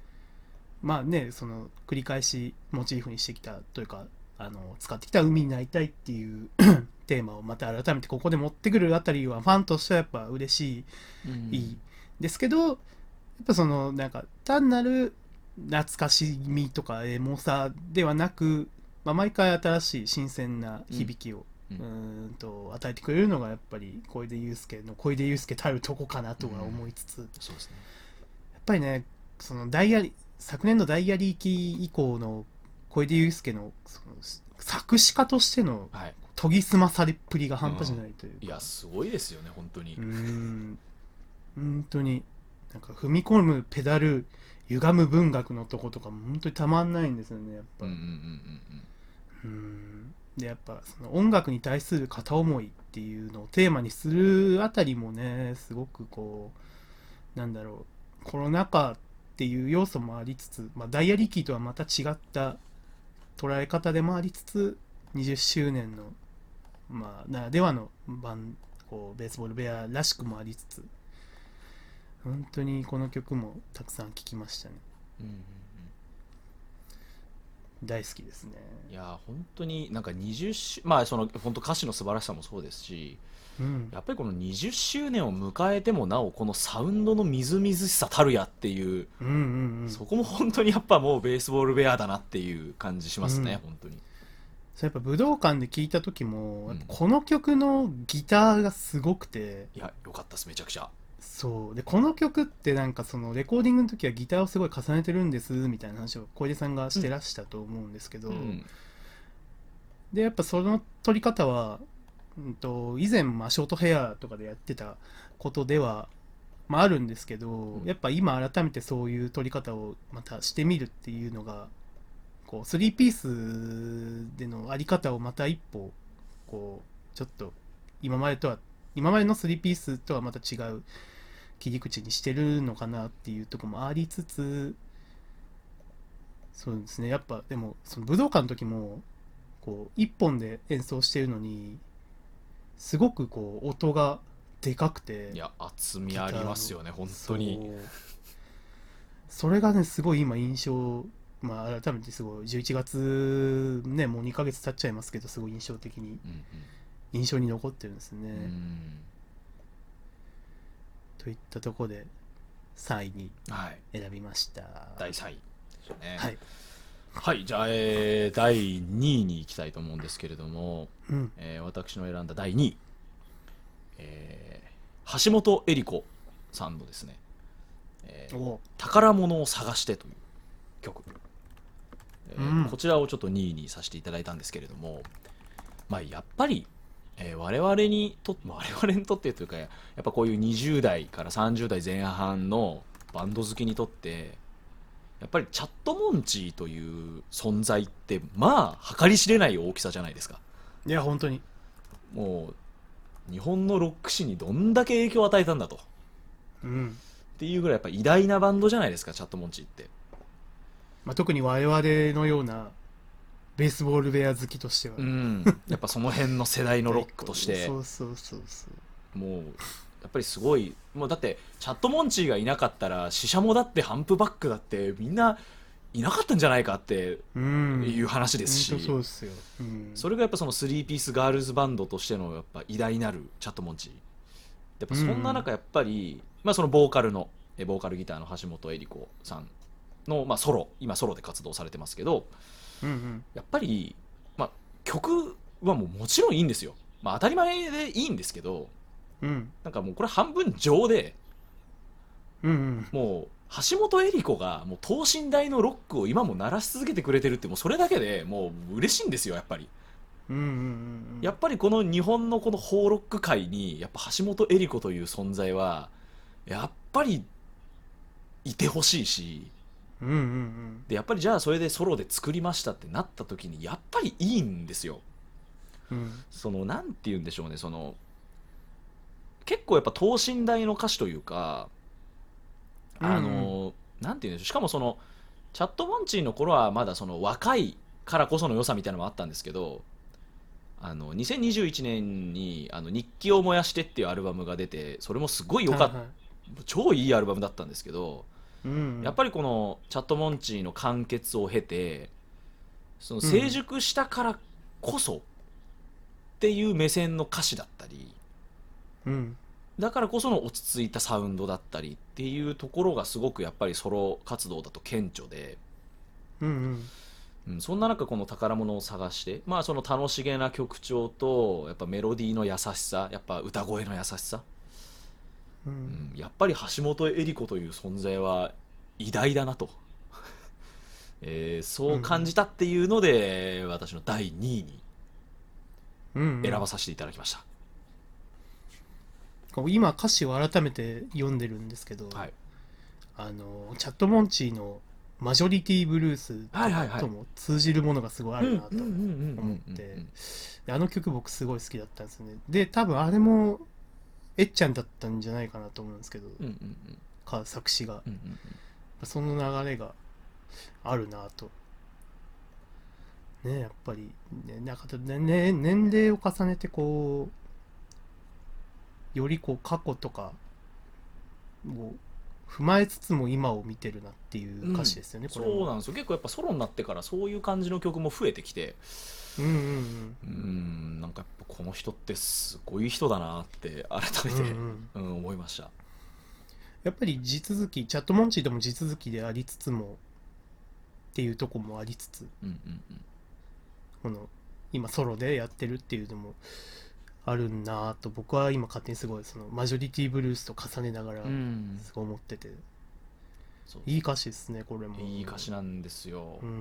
Speaker 3: まあねその繰り返しモチーフにしてきたというかあの使ってきた「海になりたい」っていう テーマをまた改めてここで持ってくるあたりはファンとしてはやっぱ嬉しい
Speaker 1: うん
Speaker 3: いいですけどやっぱそのなんか単なる懐かしみとかエモさではなく、まあ、毎回新しい新鮮な響きを、
Speaker 1: う
Speaker 3: うん
Speaker 1: うん
Speaker 3: ーんと与えてくれるのがやっぱり小出祐介の小出祐介たるとこかなとは思いつつ、や
Speaker 1: そうですね
Speaker 3: っぱりねそのダイアリ昨年のダイアリー期以降の小出祐介のその作詞家としての
Speaker 1: はい
Speaker 3: 研ぎ澄まされっぷりが半端じゃないというか、
Speaker 1: いやすごいですよね本当に、
Speaker 3: うーん本当になんか踏み込むペダル歪む文学のとことかも本当にたまんないんですよねやっぱ、
Speaker 1: うんうんうん
Speaker 3: うんでやっぱその音楽に対する片思いっていうのをテーマにするあたりもねすごくこうなんだろうコロナ禍っていう要素もありつつ、まあ、ダイアリーキーとはまた違った捉え方でもありつつ20周年の、まあ、ならではのバンこうベースボールベアらしくもありつつ本当にこの曲もたくさん聴きましたね
Speaker 1: うんうんうん
Speaker 3: 大好きですね
Speaker 1: うんいや本当になんか20周まあその本当歌詞の素晴らしさもそうですし
Speaker 3: うん
Speaker 1: やっぱりこの20周年を迎えてもなおこのサウンドのみずみずしさたるやっていう、
Speaker 3: うんうんうん
Speaker 1: そこも本当にやっぱもうベースボールベアだなっていう感じしますね、
Speaker 3: うん
Speaker 1: 本当に
Speaker 3: そうやっぱ武道館で聴いた時も、
Speaker 1: うん
Speaker 3: やっぱこの曲のギターがすごくて
Speaker 1: いやよかったですめちゃくちゃ
Speaker 3: そうでこの曲ってなんかそのレコーディングの時はギターをすごい重ねてるんですみたいな話を小出さんがしてらしたと思うんですけど、
Speaker 1: うん
Speaker 3: でやっぱその撮り方は、うん、と以前、まあ、ショートヘアとかでやってたことでは、まあ、あるんですけど、
Speaker 1: ん
Speaker 3: やっぱ今改めてそういう撮り方をまたしてみるっていうのがこう3ピースでのあり方をまた一歩こうちょっと今までとは今までの3ピースとはまた違う切り口にしてるのかなっていうところもありつつそうですねやっぱでもその武道館の時もこう1本で演奏してるのにすごくこう音がでかくて
Speaker 1: いや厚みありますよね本当
Speaker 3: そ
Speaker 1: に
Speaker 3: うそれがねすごい今印象まあ改めてすごい11月ねもう2ヶ月経っちゃいますけどすごい印象的
Speaker 1: う
Speaker 3: に
Speaker 1: ん
Speaker 3: 印象に残ってるんですね、
Speaker 1: うんうん
Speaker 3: といったところで3位に
Speaker 1: はい
Speaker 3: 選びました
Speaker 1: 第3位ですね
Speaker 3: はい、
Speaker 1: はいじゃあ、えー第2位に行きたいと思うんですけれども、
Speaker 3: うん、
Speaker 1: えー私の選んだ第2位、えー橋本恵理子さんのですね、えー
Speaker 3: お
Speaker 1: 宝物を探して」という曲、えー
Speaker 3: うん
Speaker 1: こちらをちょっと2位にさせていただいたんですけれども、まあ、やっぱり、えー我々にとまあ我々にとってというかやっぱこういう20代から30代前半のバンド好きにとってやっぱりチャットモンチーという存在ってまあ計り知れない大きさじゃないですか
Speaker 3: いや本当に
Speaker 1: もう日本のロック史にどんだけ影響を与えたんだと
Speaker 3: うん
Speaker 1: っていうぐらいやっぱ偉大なバンドじゃないですかチャットモンチーって
Speaker 3: まあ、特に我々のようなベースボールベア好きとしては、
Speaker 1: うん、やっぱその辺の世代のロックとして
Speaker 3: そうそうそうそう
Speaker 1: もうやっぱりすごいもうだってチャットモンチーがいなかったらシシャモだってハンプバックだってみんないなかったんじゃないかって
Speaker 3: うん
Speaker 1: いう話ですし、
Speaker 3: 本当そうですよ、うん、
Speaker 1: それがやっぱその3ピースガールズバンドとしてのやっぱ偉大なるチャットモンチーやっぱそんな中やっぱり、まあ、そのボーカルのえボーカルギターの橋本恵理子さんの、まあ、ソロ今ソロで活動されてますけど、
Speaker 3: うんうん
Speaker 1: やっぱり、まあ、曲はもうもちろんいいんですよ、まあ、当たり前でいいんですけど
Speaker 3: うん
Speaker 1: なんかもうこれ半分情で
Speaker 3: うんうん
Speaker 1: もう橋本恵理子がもう等身大のロックを今も鳴らし続けてくれてるってもうそれだけでもう嬉しいんですよやっぱり
Speaker 3: うんうんうんうん
Speaker 1: やっぱりこの日本のこの邦ロック界にやっぱ橋本恵理子という存在はやっぱりいてほしいし
Speaker 3: うんうんうん
Speaker 1: でやっぱりじゃあそれでソロで作りましたってなった時にやっぱりいいんですよ
Speaker 3: うん
Speaker 1: そのなんて言うんでしょうねその結構やっぱ等身大の歌詞というかあの、なんて言うんでしょうしかもそのチャットモンチーの頃はまだその若いからこその良さみたいなのもあったんですけどあの2021年に「あの日記を燃やして」っていうアルバムが出てそれもすごい良かった、
Speaker 3: はいはい
Speaker 1: 超いいアルバムだったんですけど
Speaker 3: うん
Speaker 1: やっぱりこのチャットモンチーの完結を経てその成熟したからこそっていう目線の歌詞だったり
Speaker 3: うん
Speaker 1: だからこその落ち着いたサウンドだったりっていうところがすごくやっぱりソロ活動だと顕著で、
Speaker 3: うんうん
Speaker 1: うん、そんな中この宝物を探してまあその楽しげな曲調とやっぱメロディーの優しさやっぱ歌声の優しさ、う
Speaker 3: う
Speaker 1: んん、やっぱり橋本恵理子という存在は偉大だなと、えーそう感じたっていうので、私の第2位に
Speaker 3: うん
Speaker 1: 選ばさせていただきました、
Speaker 3: こう今歌詞を改めて読んでるんですけど、
Speaker 1: はい、
Speaker 3: あのチャットモンチーのマジョリティブルース
Speaker 1: はいはいはい
Speaker 3: とも通じるものがすごいあるなと、
Speaker 1: うんうんうんうんうん
Speaker 3: 思ってであの曲僕すごい好きだったんですよねで多分あれもえっちゃんだったんじゃないかなと思うんですけど、
Speaker 1: うんうんうん
Speaker 3: か作詞が
Speaker 1: うんうんうん
Speaker 3: その流れがあるなとねやっぱり、ね、なんかねね年齢を重ねてこうよりこう過去とかを踏まえつつも今を見てるなっていう歌詞ですよね、これ
Speaker 1: そうなん
Speaker 3: ん
Speaker 1: ですよ結構やっぱソロになってからそういう感じの曲も増えてきて
Speaker 3: うんうん
Speaker 1: うーんなんかやっぱこの人ってすごい人だなって改
Speaker 3: う
Speaker 1: め
Speaker 3: ん
Speaker 1: て、
Speaker 3: う
Speaker 1: うん
Speaker 3: うんん
Speaker 1: 思いました
Speaker 3: やっぱり地続きチャットモンチーでも地続きでありつつもっていうとこもありつつ
Speaker 1: うんうんうん
Speaker 3: この今ソロでやってるっていうのもあるなぁと僕は今勝手にすごいそのマジョリティブルースと重ねながら
Speaker 1: うん
Speaker 3: すごい思ってて、
Speaker 1: そう
Speaker 3: いい歌詞ですねこれも
Speaker 1: いい歌詞なんですよ、
Speaker 3: うーん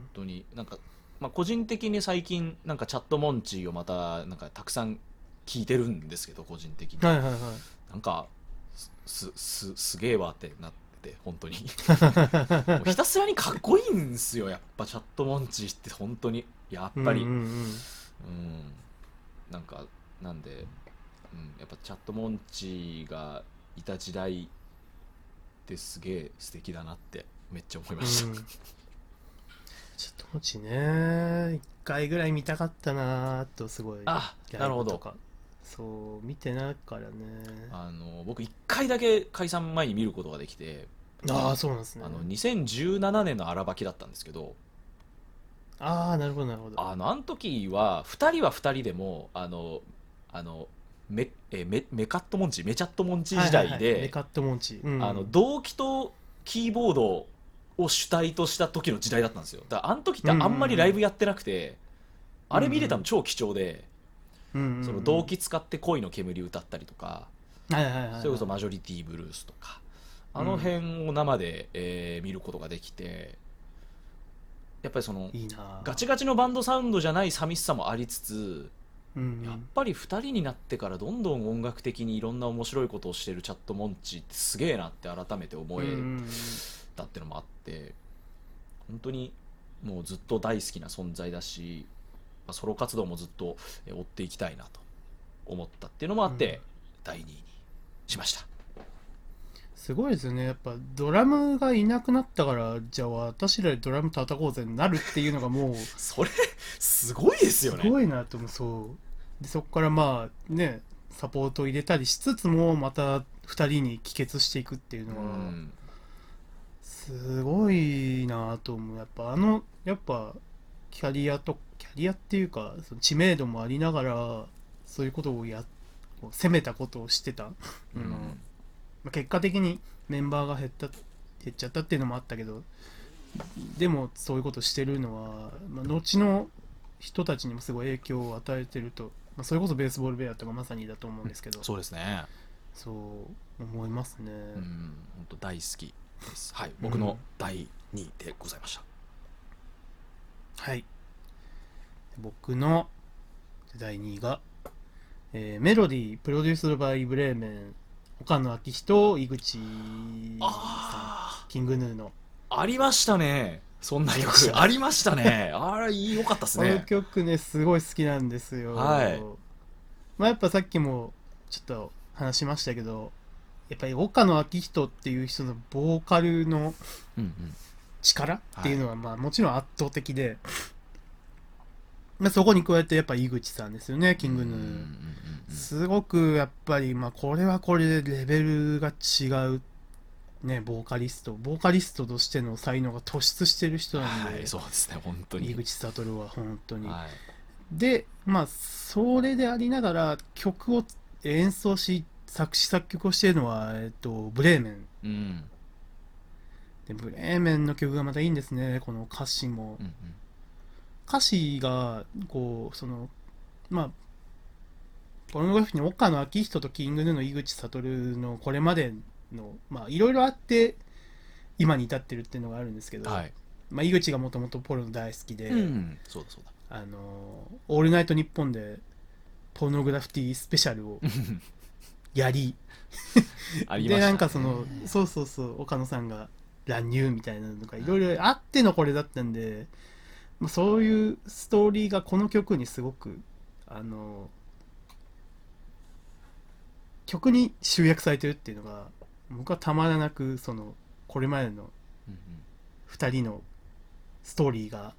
Speaker 1: 本当になんか、まあ、個人的に最近なんかチャットモンチーをまたなんかたくさん聞いてるんですけど個人的に、
Speaker 3: はいはいはい
Speaker 1: なんかすすすすげえわってなってって本 当にもうひたすらにかっこいいんですよやっぱチャットモンチーって本当にやっぱり、
Speaker 3: うんうん
Speaker 1: う
Speaker 3: うん
Speaker 1: ん、なんかなんで、うん、やっぱチャットモンチーがいた時代ってすげえ素敵だなってめっちゃ思いました、
Speaker 3: うんちょっともちね一回ぐらい見たかったなーとすごい
Speaker 1: あなるほ
Speaker 3: ライブと
Speaker 1: ど
Speaker 3: かそう見てないからね
Speaker 1: あの僕1回だけ解散前に見ることができて
Speaker 3: ああそうなんですね
Speaker 1: あの2017年の荒ばきだったんですけど
Speaker 3: ああなるほどなるほど
Speaker 1: あのあの時は2人は2人でもあのあのメえメメカットモンチーメチャットモンチー時代
Speaker 3: はいはいはいメ
Speaker 1: で
Speaker 3: カットモンチ、うん
Speaker 1: あの同期とキーボードを主体とした時の時代だったんですよだからあの時ってあんまりライブやってなくて、
Speaker 3: うん
Speaker 1: あれ見れたの超貴重で、
Speaker 3: うんうんうん
Speaker 1: その同期使って恋の煙歌ったりとか、
Speaker 3: はいはいはいはい
Speaker 1: それこそマジョリティブルースとか
Speaker 3: うん
Speaker 1: あの辺を生で、えー見ることができてやっぱりその
Speaker 3: いいな
Speaker 1: ガチガチのバンドサウンドじゃない寂しさもありつつ
Speaker 3: うん
Speaker 1: やっぱり2人になってからどんどん音楽的にいろんな面白いことをしてるチャットモンチってすげえなって改めて思え
Speaker 3: うん
Speaker 1: たってのもあって本当にもうずっと大好きな存在だしまあソロ活動もずっとえ追っていきたいなと思ったっていうのもあって、第2位にしました。
Speaker 3: すごいですよねやっぱドラムがいなくなったからじゃあ私らでドラム叩こうぜになるっていうのがもう
Speaker 1: それすごいですよね。
Speaker 3: ごいなと思うそうでそこからまあねサポートを入れたりしつつもまた2人に帰結していくっていう
Speaker 1: う
Speaker 3: のは、
Speaker 1: ん
Speaker 3: すごいなと思うやっぱあのやっぱキャリアとキャリアっていうかその知名度もありながらそういうことをやこう攻めたことをしてた、
Speaker 1: う
Speaker 3: あの
Speaker 1: ん
Speaker 3: まあ結果的にメンバーが減った減っちゃったっていうのもあったけどでもそういうことしてるのは、まあ、後の人たちにもすごい影響を与えてると、まあ、それこそベースボールベアとかまさにだと思うんですけど
Speaker 1: そうですね。
Speaker 3: そう思いますね、
Speaker 1: うん、本当大好きです。はい、僕の第2位でございました。
Speaker 3: はい僕の第2位が、えーメロディープロデュースドバイブレーメン岡野明人井口さ
Speaker 1: あ
Speaker 3: んキングヌーの
Speaker 1: あ、ありましたね。そんな
Speaker 3: ありまし
Speaker 1: 曲
Speaker 3: た
Speaker 1: ありました ね。あら、良かったです
Speaker 3: この
Speaker 1: ね。
Speaker 3: 曲ねすごい好きなんですよ
Speaker 1: はい
Speaker 3: まあやっぱさっきもちょっと話しましたけどやっぱり岡野明人っていう人のボーカルの
Speaker 1: うんうん
Speaker 3: 力っていうのはまあもちろん圧倒的で、まあそこに加えてやっぱ井口さんですよねキングヌー、
Speaker 1: うんうんうんうん
Speaker 3: すごくやっぱり、まあ、これはこれでレベルが違う、ね、ボーカリストボーカリストとしての才能が突出してる人なんで、
Speaker 1: はい、そうですね、本当に。
Speaker 3: 井口悟は本当に、
Speaker 1: はい、
Speaker 3: でまあそれでありながら曲を演奏し作詞作曲をしているのは、えっと、ブレーメン
Speaker 1: うん、
Speaker 3: でブレーメンの曲がまたいいんですねこの歌詞も
Speaker 1: うん、
Speaker 3: 歌詞がこうそのまあポルノグラフィティの岡野昭仁とキングヌーの井口悟のこれまでのまあいろいろあって今に至ってるっていうのがあるんですけ
Speaker 1: う
Speaker 3: ど、
Speaker 1: ん、はい、
Speaker 3: まあ、井口がもともとポルノ大好きで、
Speaker 1: うん、そうだそうだ。
Speaker 3: あの「オールナイトニッポン」でポルノグラフィティスペシャルをやり
Speaker 1: ありました、
Speaker 3: で
Speaker 1: ね。
Speaker 3: なんかそのそうそうそう岡野さんが乱入みたいなのとかいろいろあってのこれだったんで、まあ、そういうストーリーがこの曲にすごくあの曲に集約されてるっていうのが僕はたまらなくそのこれまでの
Speaker 1: うんうん、
Speaker 3: 2人のストーリーが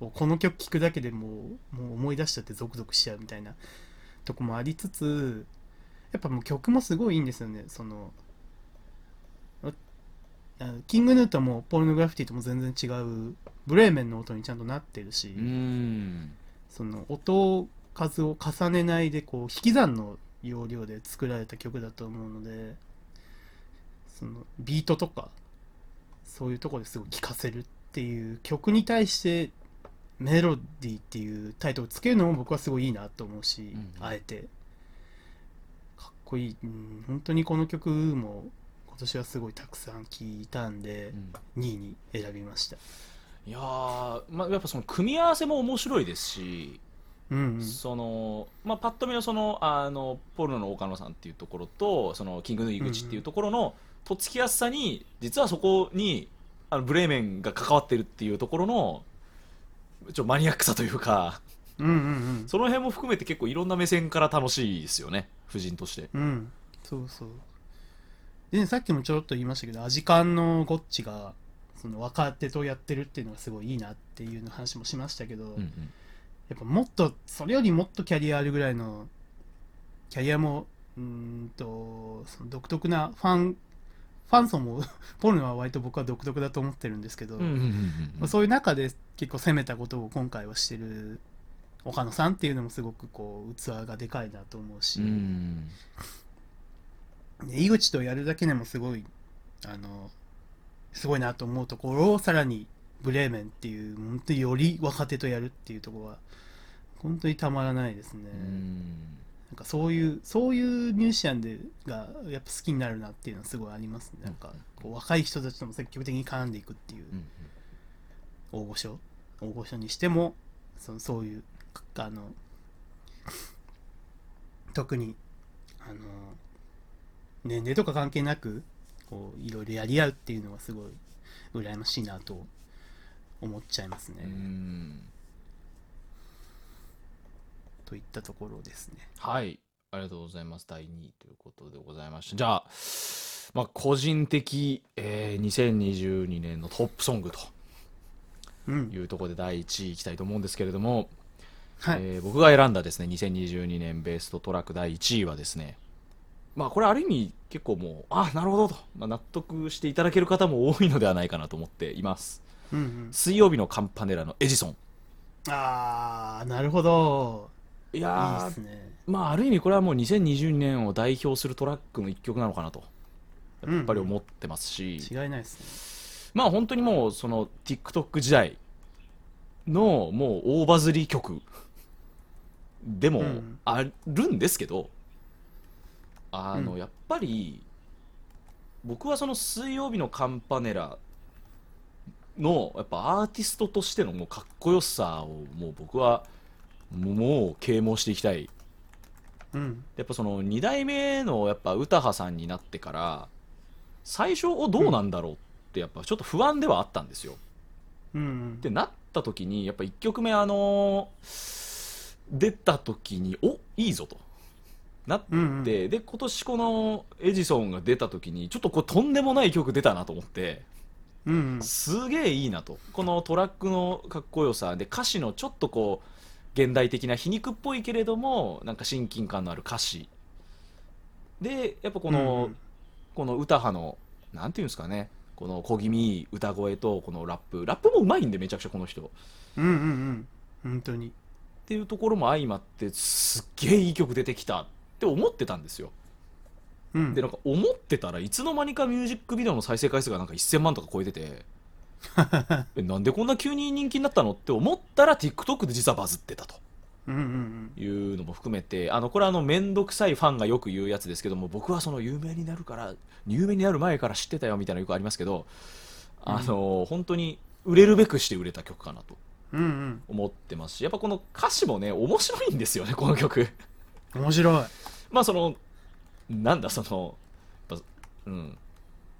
Speaker 3: もうこの曲聴くだけでもうもう思い出しちゃってゾクゾクしちゃうみたいなとこもありつつやっぱもう曲もすごいいいんですよねそのああのキングヌーともポルノグラフィティとも全然違うブレーメンの音にちゃんとなってるし、
Speaker 1: うん、
Speaker 3: その音数を重ねないでこう引き算の要領で作られた曲だと思うのでそのビートとかそういうとこですごい聴かせるっていう曲に対して「メロディー」っていうタイトルつけるのも僕はすごいいいなと思うし、
Speaker 1: うんうん
Speaker 3: あえてかっこいい、うん、本当にこの曲も今年はすごいたくさん聴いたんで
Speaker 1: う、ん
Speaker 3: 2位に選びました。
Speaker 1: いやー、まあ、やっぱその組み合わせも面白いですし、
Speaker 3: うんうん
Speaker 1: そのまあ、パッと見のそのあのポルノの岡野さんっていうところとそのキングの井口っていうところの、とっつきやすさに実はそこにあのブレーメンが関わってるっていうところのちょマニアックさというか
Speaker 2: うんうん
Speaker 1: その辺も含めて結構いろんな目線から楽しいですよね夫人として
Speaker 2: うんうん
Speaker 3: そうそうでねさっきもちょろっと言いましたけどアジカンのゴッチがその若手とやってるっていうのがすごいいいなっていうの話もしましたけど、
Speaker 1: うんうん
Speaker 3: やっぱもっとそれよりもっとキャリアあるぐらいのキャリアもうーんとその独特なファンファン層も ポルノは割と僕は独特だと思ってるんですけど、
Speaker 1: うんうんうんうん
Speaker 3: まあそういう中で結構攻めたことを今回はしてる岡野さんっていうのもすごくこう器がでかいなと思うし、
Speaker 1: うん
Speaker 3: ね井口とやるだけでもすごいあのすごいなと思うところをさらにブレーメンっていう本当により若手とやるっていうところは本当にたまらないですね、
Speaker 1: うん
Speaker 3: なんかそういうそういうミュージシャンでがやっぱ好きになるなっていうのはすごいありますねなんかこう若い人たちとも積極的に絡んでいくっていう
Speaker 1: うん
Speaker 3: 大御所大御所にしてもそのそういうかあの 特にあの年齢とか関係なくこういろいろやり合うっていうのはすごい羨ましいなと思っちゃいますね、
Speaker 1: うん
Speaker 3: といったところですね
Speaker 1: はい、ありがとうございます。第2位ということでございました。じゃあ、まあ、個人的、えー2022年のトップソングと
Speaker 3: うん
Speaker 1: いうところで第1位いきたいと思うんですけれども、
Speaker 3: はい、
Speaker 1: えー僕が選んだですね、2022年ベストトラック第1位はですね、まあ、これある意味結構もう、あ、なるほどと、まあ、納得していただける方も多いのではないかなと思っています。
Speaker 3: うんうん、
Speaker 1: 水曜日のカンパネラのエジソン。
Speaker 3: ああなるほど
Speaker 1: い
Speaker 3: い
Speaker 1: やー
Speaker 3: いですね
Speaker 1: まあ、ある意味これはもう2022年を代表するトラックの一曲なのかなとやっぱり思ってますし、
Speaker 3: 違いないです
Speaker 1: まあ本当にもうその TikTok 時代のもう大バズり曲でも
Speaker 3: うん
Speaker 1: あるんですけど、あの
Speaker 3: うん
Speaker 1: やっぱり僕はその水曜日のカンパネラのやっぱアーティストとしてのもうかっこよさをもう僕はもう啓蒙していきたい
Speaker 3: ねうん
Speaker 1: やっぱその2代目のやっぱ歌羽さんになってから最初をどうなんだろうってやっぱちょっと不安ではあったんですよ。
Speaker 3: うんうん
Speaker 1: ってなった時にやっぱ1曲目あのー出た時においいぞとなって、
Speaker 3: うんうん
Speaker 1: で今年このエジソンが出た時にちょっとこれとんでもない曲出たなと思って
Speaker 3: うんうん
Speaker 1: すげえいいなとこのトラックのかっこよさで歌詞のちょっとこう現代的な皮肉っぽいけれどもなんか親近感のある歌詞でやっぱこの、この歌派のなんていうんですかねこの小気味いい歌声とこのラップラップもうまいんでめちゃくちゃこの人っ
Speaker 3: うんうんうん本当に
Speaker 1: ていうところも相まってすっげえいい曲出てきたって思ってたんですよ
Speaker 3: うん
Speaker 1: でなんか思ってたらいつの間にかミュージックビデオの再生回数がなんか1000万とか超えててえなんでこんな急に人気になったのって思ったら TikTok で実はバズってたと
Speaker 3: うんうん
Speaker 1: いうのも含めてあのこれはあの面倒くさいファンがよく言うやつですけども僕はその有名になるから有名になる前から知ってたよみたいなのよくありますけどあの、本当に売れるべくして売れた曲かなと
Speaker 3: うんうん
Speaker 1: 思ってますしやっぱこの歌詞もね面白いんですよねこの曲。
Speaker 3: うん面白い
Speaker 1: まあそのなんだそのやっぱうん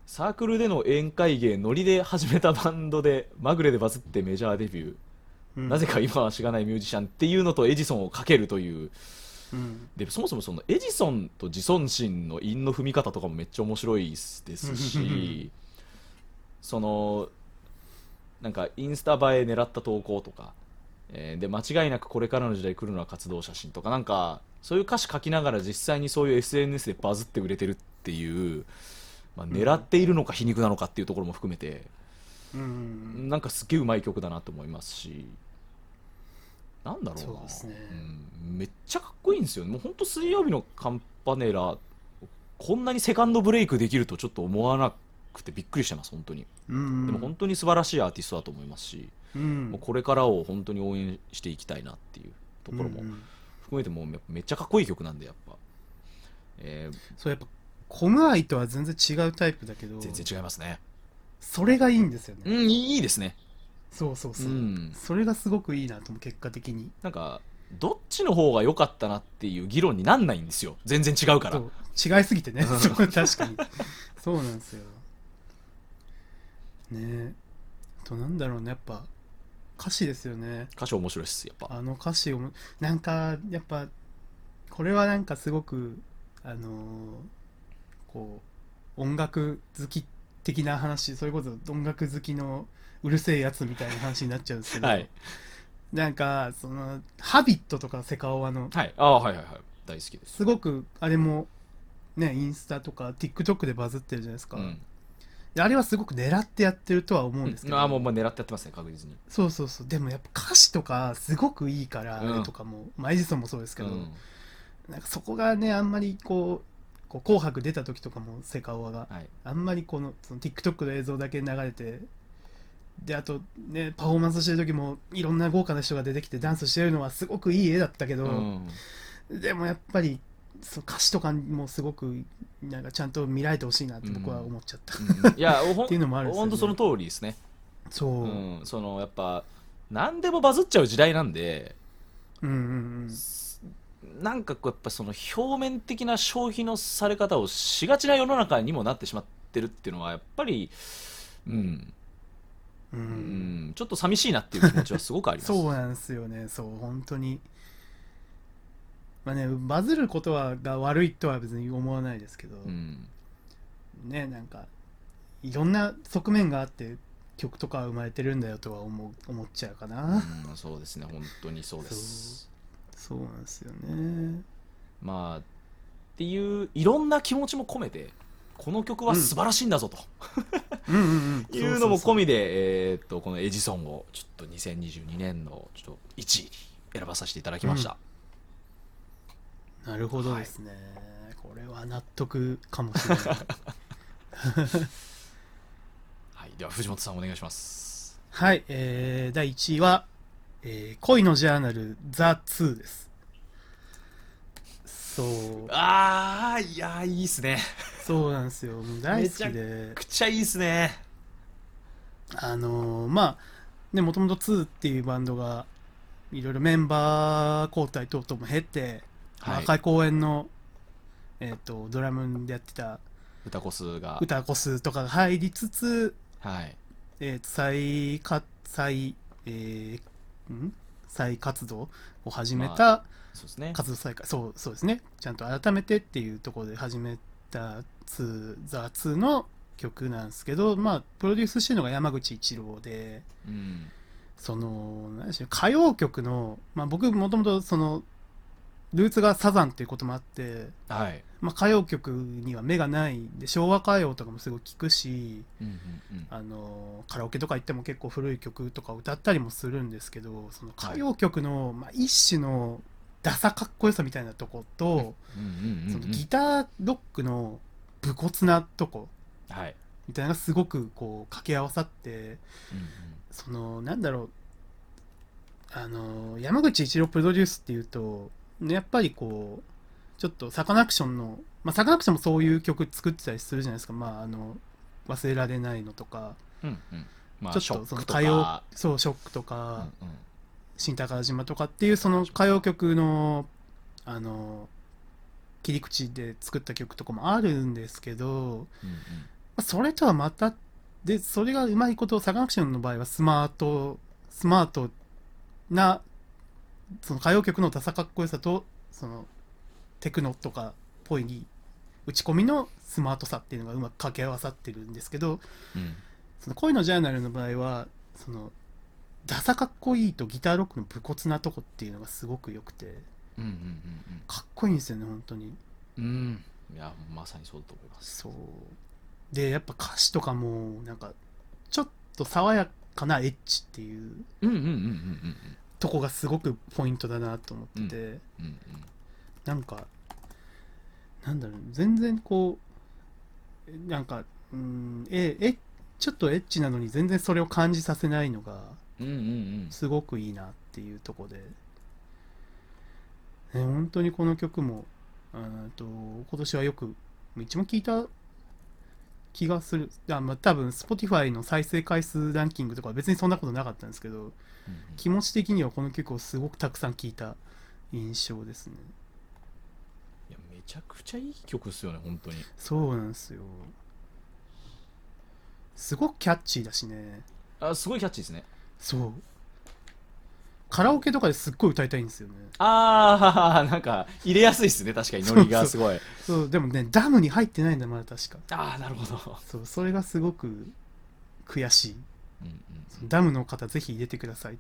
Speaker 1: サークルでの宴会芸ノリで始めたバンドでまぐれでバズってメジャーデビュー、
Speaker 3: うん
Speaker 1: なぜか今はしがないミュージシャンっていうのとエジソンをかけるという
Speaker 3: うん
Speaker 1: でそもそもそのエジソンと自尊心の韻の踏み方とかもめっちゃ面白いです
Speaker 3: うんうんうんう
Speaker 1: しそのなんかインスタ映え狙った投稿とか、えーで間違いなくこれからの時代来るのは活動写真とかなんかそういう歌詞書きながら実際にそういう SNS でバズって売れてるっていう、まあ、狙っているのか皮肉なのかっていうところも含めて、
Speaker 3: うんうん
Speaker 1: なんかすっげえうまい曲だなと思いますしなんだろうな
Speaker 3: そうですね
Speaker 1: うんめっちゃかっこいいんですよねもうほんと水曜日のカンパネラこんなにセカンドブレイクできるとちょっと思わなくてびっくりしてます本当に
Speaker 3: うん
Speaker 1: でも本当に素晴らしいアーティストだと思いますし、
Speaker 3: うん
Speaker 1: もうこれからを本当に応援していきたいなっていうところも
Speaker 3: うんうん
Speaker 1: 含めてもうめっちゃかっこいい曲なんでやっぱ、えー
Speaker 3: そうやっぱコムアイとは全然違うタイプだけど
Speaker 1: 全然違いますね
Speaker 3: それがいいんですよ
Speaker 1: う
Speaker 3: ね
Speaker 1: んいいですね
Speaker 3: そうそうそううんそれがすごくいいなと思う結果的に
Speaker 1: なんかどっちの方が良かったなっていう議論になんないんですよ全然違うから
Speaker 3: そう違いすぎてねそう確かにそうなんですよねえあとなんだろうねやっぱ歌詞ですよね
Speaker 1: 歌詞面白いっすやっぱ
Speaker 3: あの歌詞をなんかやっぱこれはなんかすごくあのーこう音楽好き的な話そういうこと音楽好きのうるせえやつみたいな話になっちゃうんですけど、
Speaker 1: はい
Speaker 3: なんかその「ハビットとかセカオワの
Speaker 1: はいああはいはいはい大好きです
Speaker 3: すごくあれもねインスタとか TikTok でバズってるじゃないですか、
Speaker 1: うん
Speaker 3: であれはすごく狙ってやってるとは思うんですけど、
Speaker 1: ああもうまあ狙ってやってますね確実に
Speaker 3: そうそうそうでもやっぱ歌詞とかすごくいいから、
Speaker 1: うん
Speaker 3: あれとかもまあエジソンもそうですけど、
Speaker 1: うん
Speaker 3: なんかそこがねあんまりこう「こう紅白」出た時とかもセカオワが
Speaker 1: はい
Speaker 3: あんまりこのその TikTok の映像だけ流れてであとねパフォーマンスしてる時もいろんな豪華な人が出てきてダンスしてるのはすごくいい絵だったけど、
Speaker 1: うん
Speaker 3: でもやっぱりその歌詞とかもすごくなんかちゃんと見られてほしいなって僕は思っちゃった、
Speaker 1: いやほん
Speaker 3: っていうのもあるんですよね
Speaker 1: ほんとその通りですね
Speaker 3: そう、う、
Speaker 1: うんんそのやっぱ何でもバズっちゃう時代なんで
Speaker 3: うんうん
Speaker 1: なんかこうやっぱその表面的な消費のされ方をしがちな世の中にもなってしまってるっていうのはやっぱりうん、
Speaker 3: うんう
Speaker 1: うんん、ちょっと寂しいなっていう気持ちはすごくあります
Speaker 3: そうなんですよねそう本当にまあねバズることはが悪いとは別に思わないですけど、
Speaker 1: うん
Speaker 3: ねなんかいろんな側面があって曲とかは生まれてるんだよとは思う思っちゃうかな、
Speaker 1: うんそうですね本当にそうです
Speaker 3: そうなんですよね
Speaker 1: まあっていういろんな気持ちも込めてこの曲は素晴らしいんだぞと、
Speaker 3: うん うんうん
Speaker 1: いうのも込
Speaker 3: み
Speaker 1: みで、えーっと、このエジソンを、ちょっと2022年の、ちょっと1位に選ばさせていただきました。
Speaker 3: なるほどですね、これは納得かも しれない
Speaker 1: はい、では、藤本さんお願いします。
Speaker 3: はい、えー、第1位は、えー恋のジャーナルザ・ツーですそう
Speaker 1: あー、いやー、いいっすね。
Speaker 3: そうなんですよもう大好きで
Speaker 1: めくっちゃいいっすね。
Speaker 3: あのーまあねもともと2っていうバンドがいろいろメンバー交代等々も経て、まあ
Speaker 1: はい
Speaker 3: 赤い公園の、えー、とドラムでやってた
Speaker 1: 歌コスが、
Speaker 3: 歌コスとかが入りつつ、
Speaker 1: はい。
Speaker 3: えー、再か再,、えーん再活動を始めた
Speaker 1: そうですね。
Speaker 3: 活動再開、そうそうですねちゃんと改めてっていうところで始めた2「ザ・2」の曲なんですけどまあプロデュースしてるのが山口一郎で。
Speaker 1: うん。
Speaker 3: その何でしょう歌謡曲の、まあ、僕もともとそのルーツがサザンっていうこともあって、
Speaker 1: はい。
Speaker 3: まあ、歌謡曲には目がないんで昭和歌謡とかもすごい聞くし
Speaker 1: うんうんうん。
Speaker 3: あのカラオケとか行っても結構古い曲とか歌ったりもするんですけどその歌謡曲の、まあ、一種のダサかっこよさみたいなとこと、
Speaker 1: うんうんう
Speaker 3: そ
Speaker 1: ん
Speaker 3: の
Speaker 1: う
Speaker 3: ギ
Speaker 1: ん。
Speaker 3: ターロックの武骨なとこ
Speaker 1: はい。
Speaker 3: みたいなのがすごくこう掛け合わさって
Speaker 1: うん
Speaker 3: そのなんだろうあの山口一郎プロデュースっていうと、ね、やっぱりこうちょっとサカナクションの、まあ、サカナクションもそういう曲作ってたりするじゃないですか、まあ、あの忘れられないのとか、
Speaker 1: うん。うんうん。まあ、
Speaker 3: ち
Speaker 1: シ
Speaker 3: ょ
Speaker 1: ョ
Speaker 3: っとそ
Speaker 1: ッ
Speaker 3: の
Speaker 1: クと
Speaker 3: 歌謡
Speaker 1: か、
Speaker 3: そうショックと
Speaker 1: うんう
Speaker 3: か
Speaker 1: ん
Speaker 3: 「新宝島」とかっていうその歌謡曲のあの切り口で作った曲とかもあるんですけど、
Speaker 1: うんうん
Speaker 3: まあそれとはまたでそれがうまいことサカナクションの場合はスマートスマートなその歌謡曲のダサかっこよさとそのテクノとかっぽい打ち込みのスマートさっていうのがうまく掛け合わさってるんですけど
Speaker 1: うん
Speaker 3: その恋のジャーナルの場合はそのダサかっこいいとギターロックの武骨なとこっていうのがすごく良くて
Speaker 1: うんうん
Speaker 3: かっこいいんですよね本当に
Speaker 1: うんうんうんいやまさにそうだと思います
Speaker 3: そうでやっぱ歌詞とかもなんかちょっと爽やかなエッチっていう
Speaker 1: うんうんうんうんうん
Speaker 3: とこがすごくポイントだなと思ってて、
Speaker 1: うんうん
Speaker 3: なんかなんだろう全然こうなんかうんええちょっとエッチなのに全然それを感じさせないのが
Speaker 1: うんうんうん
Speaker 3: すごくいいなっていうとこで、ね、本当にこの曲もうーんと今年はよく一番聴いた気がするあ、まあ、多分 Spotify の再生回数ランキングとかは別にそんなことなかったんですけど
Speaker 1: うん
Speaker 3: 気持ち的にはこの曲をすごくたくさん聴いた印象ですね
Speaker 1: いやめちゃくちゃいい曲ですよね本当に
Speaker 3: そうなんですよすごくキャッチーだしね
Speaker 1: あすごいキャッチーですね
Speaker 3: そうカラオケとかですっごい歌いたいんですよね
Speaker 1: あーなんか入れやすいですね確かにノリがすごい
Speaker 3: そうでもねダムに入ってないんだまだ確か
Speaker 1: ああなるほど、
Speaker 3: そうそれがすごく悔しい
Speaker 1: うんうん、
Speaker 3: ダムの方ぜひ入れてください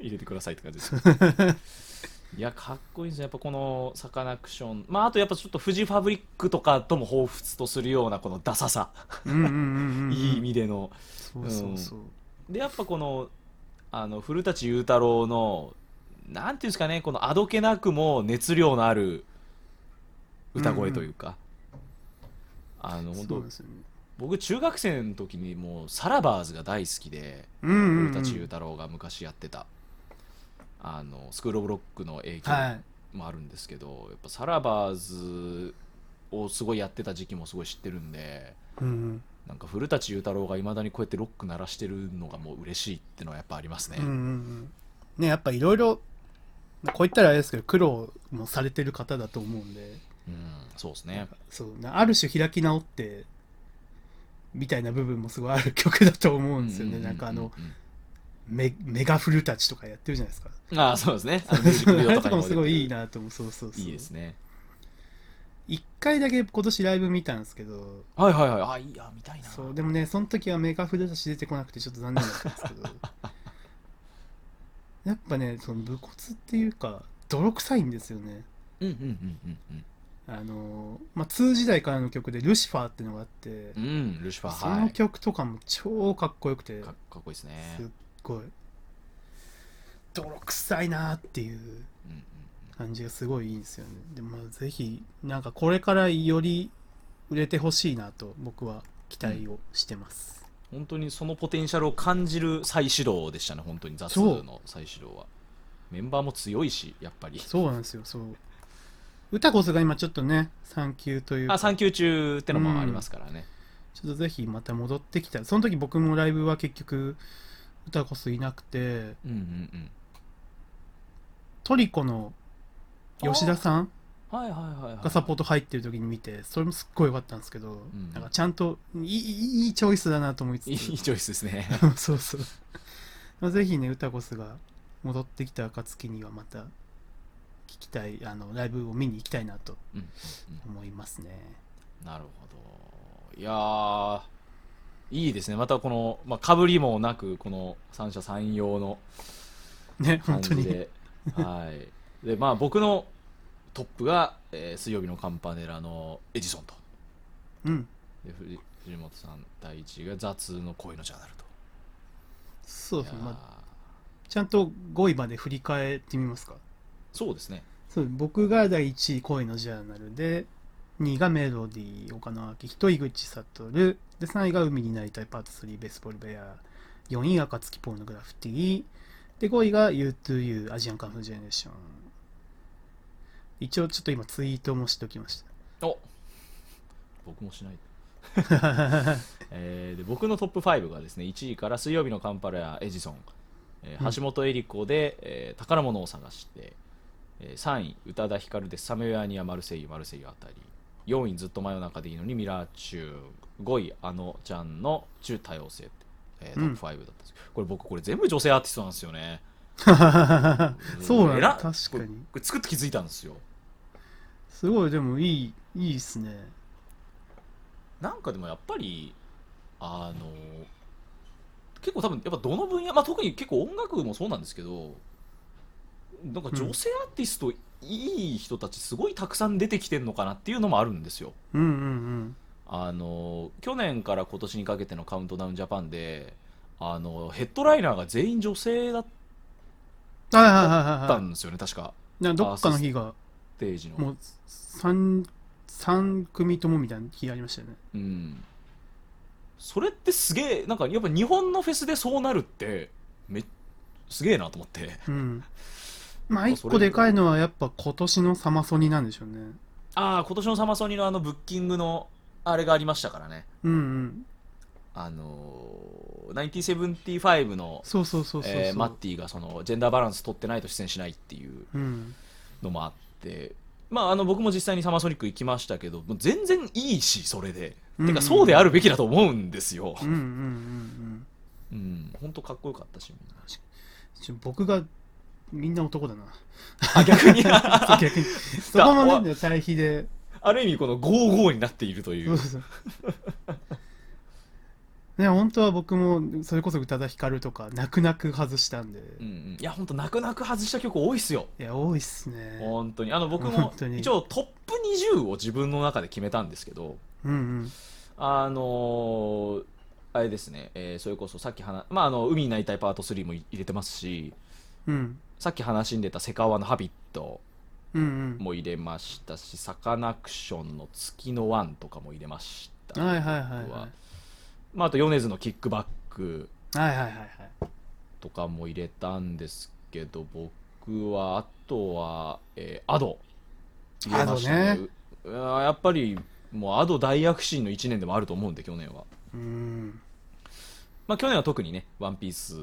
Speaker 1: 入れてくださいって感じですいやかっこいいですねやっぱこのサカナクションまああとやっぱちょっとフジファブリックとかとも彷彿とするようなこのダサさ、
Speaker 3: うんうんうんうん
Speaker 1: いい意味での
Speaker 3: そうそうそう、
Speaker 1: でやっぱこのあの古舘雄太郎のなんていうんですかねこのあどけなくも熱量のある歌声というか、あの本
Speaker 3: そう
Speaker 1: 当
Speaker 3: なんですよね
Speaker 1: 僕中学生の時にもうサラバーズが大好きで
Speaker 3: うんうんうん
Speaker 1: 古舘雄太郎が昔やってたあのスクール・オブ・ロックの影
Speaker 3: は
Speaker 1: 響
Speaker 3: い
Speaker 1: もあるんですけど、やっぱサラバーズをすごいやってた時期もすごい知ってるんで
Speaker 3: うんうん
Speaker 1: なんか古舘雄太郎がいまだにこうやってロック鳴らしてるのがもう嬉しいってのはやっぱありますね、
Speaker 3: うんうんうんねやっぱいろいろこう言ったらあれですけど苦労もされてる方だと思うんで
Speaker 1: うんそうですね。
Speaker 3: そうなある種開き直ってみたいな部分もすごいある 曲だと思うんですよね、なんかあの、
Speaker 1: う
Speaker 3: メメガフルたちとかやってるじゃないですか
Speaker 1: うんああ、そうですね。あのミュージックビ
Speaker 3: あ
Speaker 1: デオ
Speaker 3: れ
Speaker 1: と
Speaker 3: と
Speaker 1: かに
Speaker 3: かも
Speaker 1: 出
Speaker 3: す
Speaker 1: て
Speaker 3: ご
Speaker 1: る
Speaker 3: いいいなと思うそうそうそう
Speaker 1: いいですね。
Speaker 3: 一回だけ今年ライブ見たんですけど
Speaker 1: はいはいはい。あいいや、見たいな。
Speaker 3: そうでもねその時はメガフルたち出てこなくてちょっと残念だったんですけど やっぱねその武骨っていうか泥臭いんですよね
Speaker 1: うんうんうんうんうん。
Speaker 3: あのまあ、2時代からの曲で「ルシファー」ってのがあって
Speaker 1: う、ん、ルシファ
Speaker 3: そ
Speaker 1: ー、は
Speaker 3: の
Speaker 1: い。
Speaker 3: 曲とかも超かっこよくて
Speaker 1: かかっこいいですね。
Speaker 3: すっごい泥臭いなーっていう
Speaker 1: うんうん
Speaker 3: 感じがすごいいいんですよねでもまあぜひなんかこれからより売れてほしいなと僕は期待をしてます、
Speaker 1: 本当にそのポテンシャルを感じる再始動でしたね、本当に雑の再始動は。メンバーも強いし、やっぱり。
Speaker 3: そうなんですよそう歌こそが今ちょっとね産休という
Speaker 1: あ
Speaker 3: か
Speaker 1: 産休中ってのもありますからね。
Speaker 3: ちょっとぜひまた戻ってきたらその時僕もライブは結局歌こそいなくて
Speaker 1: うんうん
Speaker 3: トリコの吉田さん
Speaker 1: うん。はいはいはい、はい。
Speaker 3: がサポート入ってる時に見てそれもすっごい良かったんですけど、
Speaker 1: ん
Speaker 3: なんかちゃんといいいいいいチョイスだなと思い
Speaker 1: いい
Speaker 3: つつ
Speaker 1: チョイスですね。
Speaker 3: そうそう まあぜひね歌コスが戻ってきた暁にはまた聞きたいあのライブを見に行きたいなと
Speaker 1: うんうんうん
Speaker 3: 思いますね
Speaker 1: なるほど。いやー、いいですね。またこの、まあ、かぶりもなく、この三者三様の
Speaker 3: ね本
Speaker 1: 感
Speaker 3: 当
Speaker 1: じ
Speaker 3: に
Speaker 1: で。はい。で、まあ、僕のトップが、えー水曜日のカンパネラのエジソンと。
Speaker 3: うん
Speaker 1: で藤藤本さん第一が雑の恋のジャーナルと。
Speaker 3: そうそう、
Speaker 1: いやー
Speaker 3: まあ、ちゃんと5位まで振り返ってみますか
Speaker 1: そうですね。
Speaker 3: そう僕が第1位恋のジャーナルで2位がメロディー岡野明人井口悟で3位が海になりたいパート3ベースボールベア4位暁ポーノグラフィティで5位が U2U アジアンカンフージェネレーション一応ちょっと今ツイートもしておきまし
Speaker 1: お僕もしない。
Speaker 3: た
Speaker 1: えーで僕のトップ5がですね1位から水曜日のカンパレラエジソン、えー
Speaker 3: うん
Speaker 1: 橋本恵里子で、えー宝物を探して、えー3位宇多田ヒカルでサムウェアニアマルセイユマルセイユあたり4位ずっと真夜中でいいのにミラーチューン5位あのちゃんの中多様性って、えート
Speaker 3: う
Speaker 1: ッ
Speaker 3: ん
Speaker 1: プ5だったんです、これ僕これ全部女性アーティストなんですよね
Speaker 3: そうなん
Speaker 1: 偉
Speaker 3: だ
Speaker 1: っこ
Speaker 3: 確か
Speaker 1: れ
Speaker 3: に
Speaker 1: これ作って気づいたんですよ
Speaker 3: すごいでもいいいいっすね
Speaker 1: なんかでもやっぱりあの結構多分やっぱどの分野、まあ、特に結構音楽もそうなんですけどなんか女性アーティスト、いい人たちすごいたくさん出てきてるのかなっていうのもあるんですよ。
Speaker 3: うんうん
Speaker 1: あの去年から今年にかけての「カウントダウンジャパンで」あのヘッドライナーが全員女性だっ
Speaker 3: うんはいはいはいはい
Speaker 1: た
Speaker 3: はい
Speaker 1: んですよね、確か
Speaker 3: なんかどっかの日が
Speaker 1: ステージの。
Speaker 3: もう 3, 三組ともみたいな日ありましたよね
Speaker 1: うん、それってすげえなんかやっぱ日本のフェスでそうなるってめすげえなと思って。
Speaker 3: うんまあ
Speaker 1: やっぱ
Speaker 3: 一
Speaker 1: それ
Speaker 3: 個でかいのはやっぱ今年のサマソニなんでしょうね
Speaker 1: ああ今年のサマソニのあのブッキングのあれがありましたからね
Speaker 3: うんうん
Speaker 1: あのー、1975の
Speaker 3: そうそうそうそうそう、
Speaker 1: えーマッティがそのジェンダーバランス取ってないと出演しないっていう
Speaker 3: うん
Speaker 1: のもあってまあ、あの僕も実際にサマーソニック行きましたけどもう全然いいしそれで、
Speaker 3: うん
Speaker 1: てかそうであるべきだと思うんですよ
Speaker 3: うんうんうんう
Speaker 1: う
Speaker 3: ん
Speaker 1: ん本当、ほんとかっこよかったしみん な
Speaker 3: ちょ僕がみんな男だな
Speaker 1: あ逆に
Speaker 3: そう逆にそこ
Speaker 1: さ
Speaker 3: も
Speaker 1: あ
Speaker 3: ね対比で
Speaker 1: ある意味この55になっているとい
Speaker 3: そううそうね本当は僕もそれこそ宇多田ヒカルとか泣く泣く外したんで、
Speaker 1: うん
Speaker 3: い
Speaker 1: うん、いや本当泣く泣く外した曲多いっすよ
Speaker 3: や多いっすね
Speaker 1: 本当にあの僕も
Speaker 3: 本当に
Speaker 1: 一応トップ20を自分の中で決めたんですけど
Speaker 3: うんうん
Speaker 1: あのーあれですね、えーそれこそさっき話、まあ、あの海になりたいパート3も入れてますし
Speaker 3: うん
Speaker 1: さっき話に出た「セカオワのハビット」
Speaker 3: うんうん
Speaker 1: も入れましたし「サカナクションの月のワン」とかも入れました、
Speaker 3: はいはいはいはい
Speaker 1: 僕はまあ、あと米津の「キックバック
Speaker 3: はいはいはいはい」
Speaker 1: とかも入れたんですけど僕はあとは、えー、アド入れましたね
Speaker 3: Ado ね
Speaker 1: ううわーやっぱりもうアド大躍進の1年でもあると思うんで去年は。
Speaker 3: うん
Speaker 1: まあ、去年は特にね「ワンピース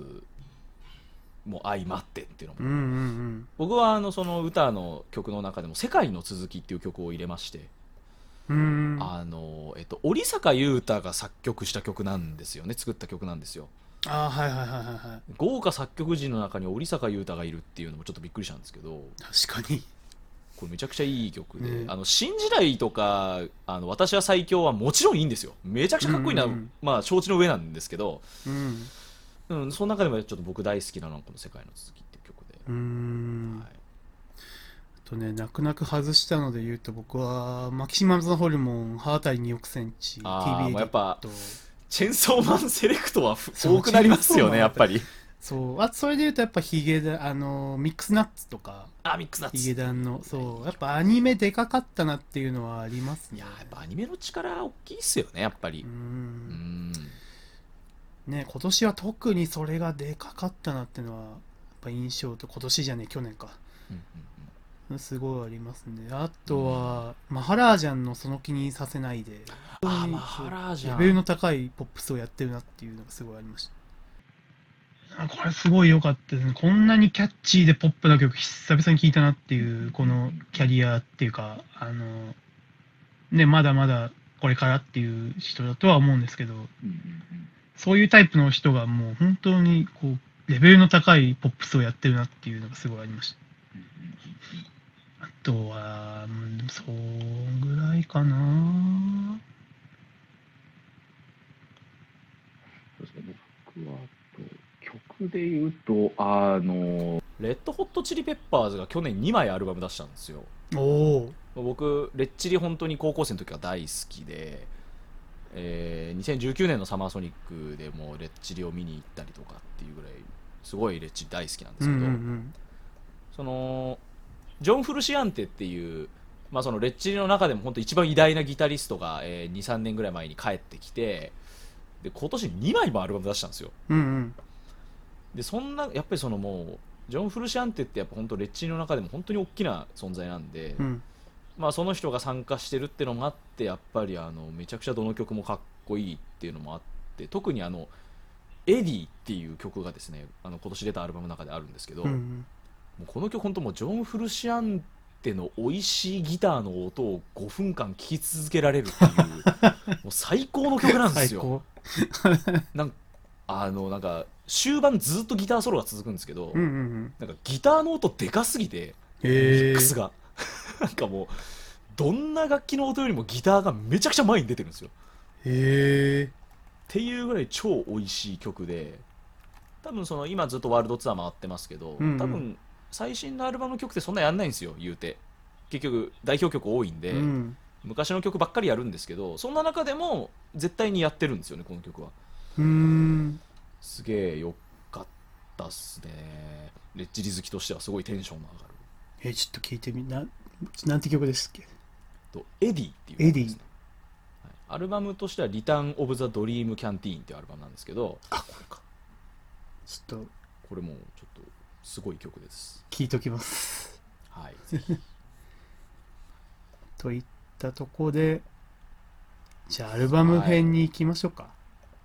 Speaker 1: も相まってっていうのも、
Speaker 3: うんうんうん
Speaker 1: 僕はあのその歌の曲の中でも「世界の続き」っていう曲を入れまして、
Speaker 3: うんあ
Speaker 1: あのえっと、織坂優太が作曲した曲なんですよね作った曲なんですよ
Speaker 3: あーはいはいはいはいはい
Speaker 1: 豪華作曲陣の中に織坂優太がいるっていうのもちょっとびっくりしたんですけど
Speaker 3: 確かに
Speaker 1: これめちゃくちゃいい曲で「
Speaker 3: うん
Speaker 1: あの新時代」とか「あの私は最強」はもちろんいいんですよめちゃくちゃかっこいいな、
Speaker 3: うんうんうん
Speaker 1: まあ承知の上なんですけど、
Speaker 3: うん
Speaker 1: うん、その中でもちょっと僕大好きなのはこの「世界の続き」っていう曲で、
Speaker 3: うん
Speaker 1: はい
Speaker 3: あとね泣く泣く外したので言うと僕はマキシマムズホルモン歯あたり2億センチ
Speaker 1: あー
Speaker 3: TBA
Speaker 1: もうやっぱ
Speaker 3: と
Speaker 1: チェンソーマンセレクトはふ
Speaker 3: そう
Speaker 1: 多くなりますよね、
Speaker 3: チェ
Speaker 1: や
Speaker 3: ンソーマン
Speaker 1: っぱり。
Speaker 3: そうあとそれで言うとやっぱヒゲダあのミックスナッツとか
Speaker 1: あ、ミックスナッツ。
Speaker 3: ヒ
Speaker 1: い
Speaker 3: ゲダンのそうやっぱアニメでかかったなっていうのはありますね
Speaker 1: や、やっぱアニメの力大きいっすよね、やっぱり
Speaker 3: う。
Speaker 1: うんん。
Speaker 3: ね今年は特にそれがでかかったなっていうのはやっぱ印象と今年じゃねえ去年か
Speaker 1: うん
Speaker 3: すごいありますねあとは、マハラージャンのその気にさせないで
Speaker 1: あー、マハラージ
Speaker 3: レベル
Speaker 1: ャン。
Speaker 3: の高いポップスをやってるなっていうのがすごいありましたこれすごい良かったですねこんなにキャッチーでポップな曲久々に聴いたなっていうこのキャリアっていうかあのねまだまだこれからっていう人だとは思うんですけどそういうタイプの人がもう本当にこうレベルの高いポップスをやってるなっていうのがすごいありましたあとはうんそんぐらいかな
Speaker 4: そうですね、僕はあと曲で言うと、あの、
Speaker 1: レッドホットチリペッパーズが去年2枚アルバム出したんですよ。
Speaker 3: おお
Speaker 1: 僕、レッチリ本当に高校生の時は大好きで、えー2019年のサマーソニックでもレッチリを見に行ったりとかっていうぐらい、すごいレッチリ大好きなんですけど、そのジョン・フルシアンテっていう、まあ、そのレッチリの中でも本当一番偉大なギタリストが、えー23年ぐらい前に帰ってきてで今年2枚もアルバム出したんですよ
Speaker 3: うんうん
Speaker 1: でそんなやっぱりそのもうジョン・フルシアンテってやっぱ本当レッチリの中でも本当に大きな存在なんで、
Speaker 3: うん
Speaker 1: まあ、その人が参加してるってのもあってやっぱりあのめちゃくちゃどの曲もかっこいいっていうのもあって特にあの「エディ」っていう曲がですねあの今年出たアルバムの中であるんですけど、
Speaker 3: うん
Speaker 1: もうこの曲本当もうジョン・フルシアンテの美味しいギターの音を5分間聴き続けられるっていうもう最高の曲なんですよなんあのなんか終盤ずっとギターソロが続くんですけど、
Speaker 3: うんうんうん
Speaker 1: なんかギターの音でかすぎてミ
Speaker 3: へ
Speaker 1: ッ
Speaker 3: え
Speaker 1: クスが なんかもうどんな楽器の音よりもギターがめちゃくちゃ前に出てるんですよっ
Speaker 3: へえ
Speaker 1: ていうぐらい超美味しい曲で多分その今ずっとワールドツアー回ってますけど、
Speaker 3: うんうん
Speaker 1: 多分最新のアルバムの曲ってそんなやんないんですよ言うて結局代表曲多いんで、
Speaker 3: うん
Speaker 1: 昔の曲ばっかりやるんですけどそんな中でも絶対にやってるんですよねこの曲は
Speaker 3: うーん
Speaker 1: すげえよかったっすねレッチリ好きとしてはすごいテンションが上がる
Speaker 3: えちょっと聞いてみななんて曲ですっけ
Speaker 1: とエディっていう曲ですねはいアルバムとしては「リターン・オブ・ザ・ドリーム・キャンティーン」っていうアルバムなんですけど
Speaker 3: あこれかちょっと
Speaker 1: これもちょっとすごい曲です
Speaker 3: 聞いときます
Speaker 1: はい
Speaker 3: といったとこでじゃあアルバム編に行きましょうか、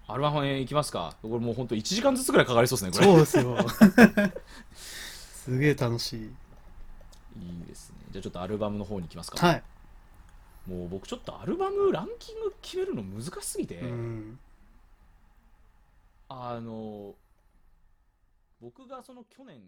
Speaker 1: アルバム編いきますか。これもう本当1時間ずつぐらいかかりそうですね、これ。
Speaker 3: そうですよすげえ楽しい
Speaker 1: いいですね。じゃあちょっとアルバムの方に行きますか、
Speaker 2: はい、
Speaker 1: もう僕ちょっとアルバムランキング決めるの難しすぎて、
Speaker 2: うん
Speaker 1: あの僕がその去年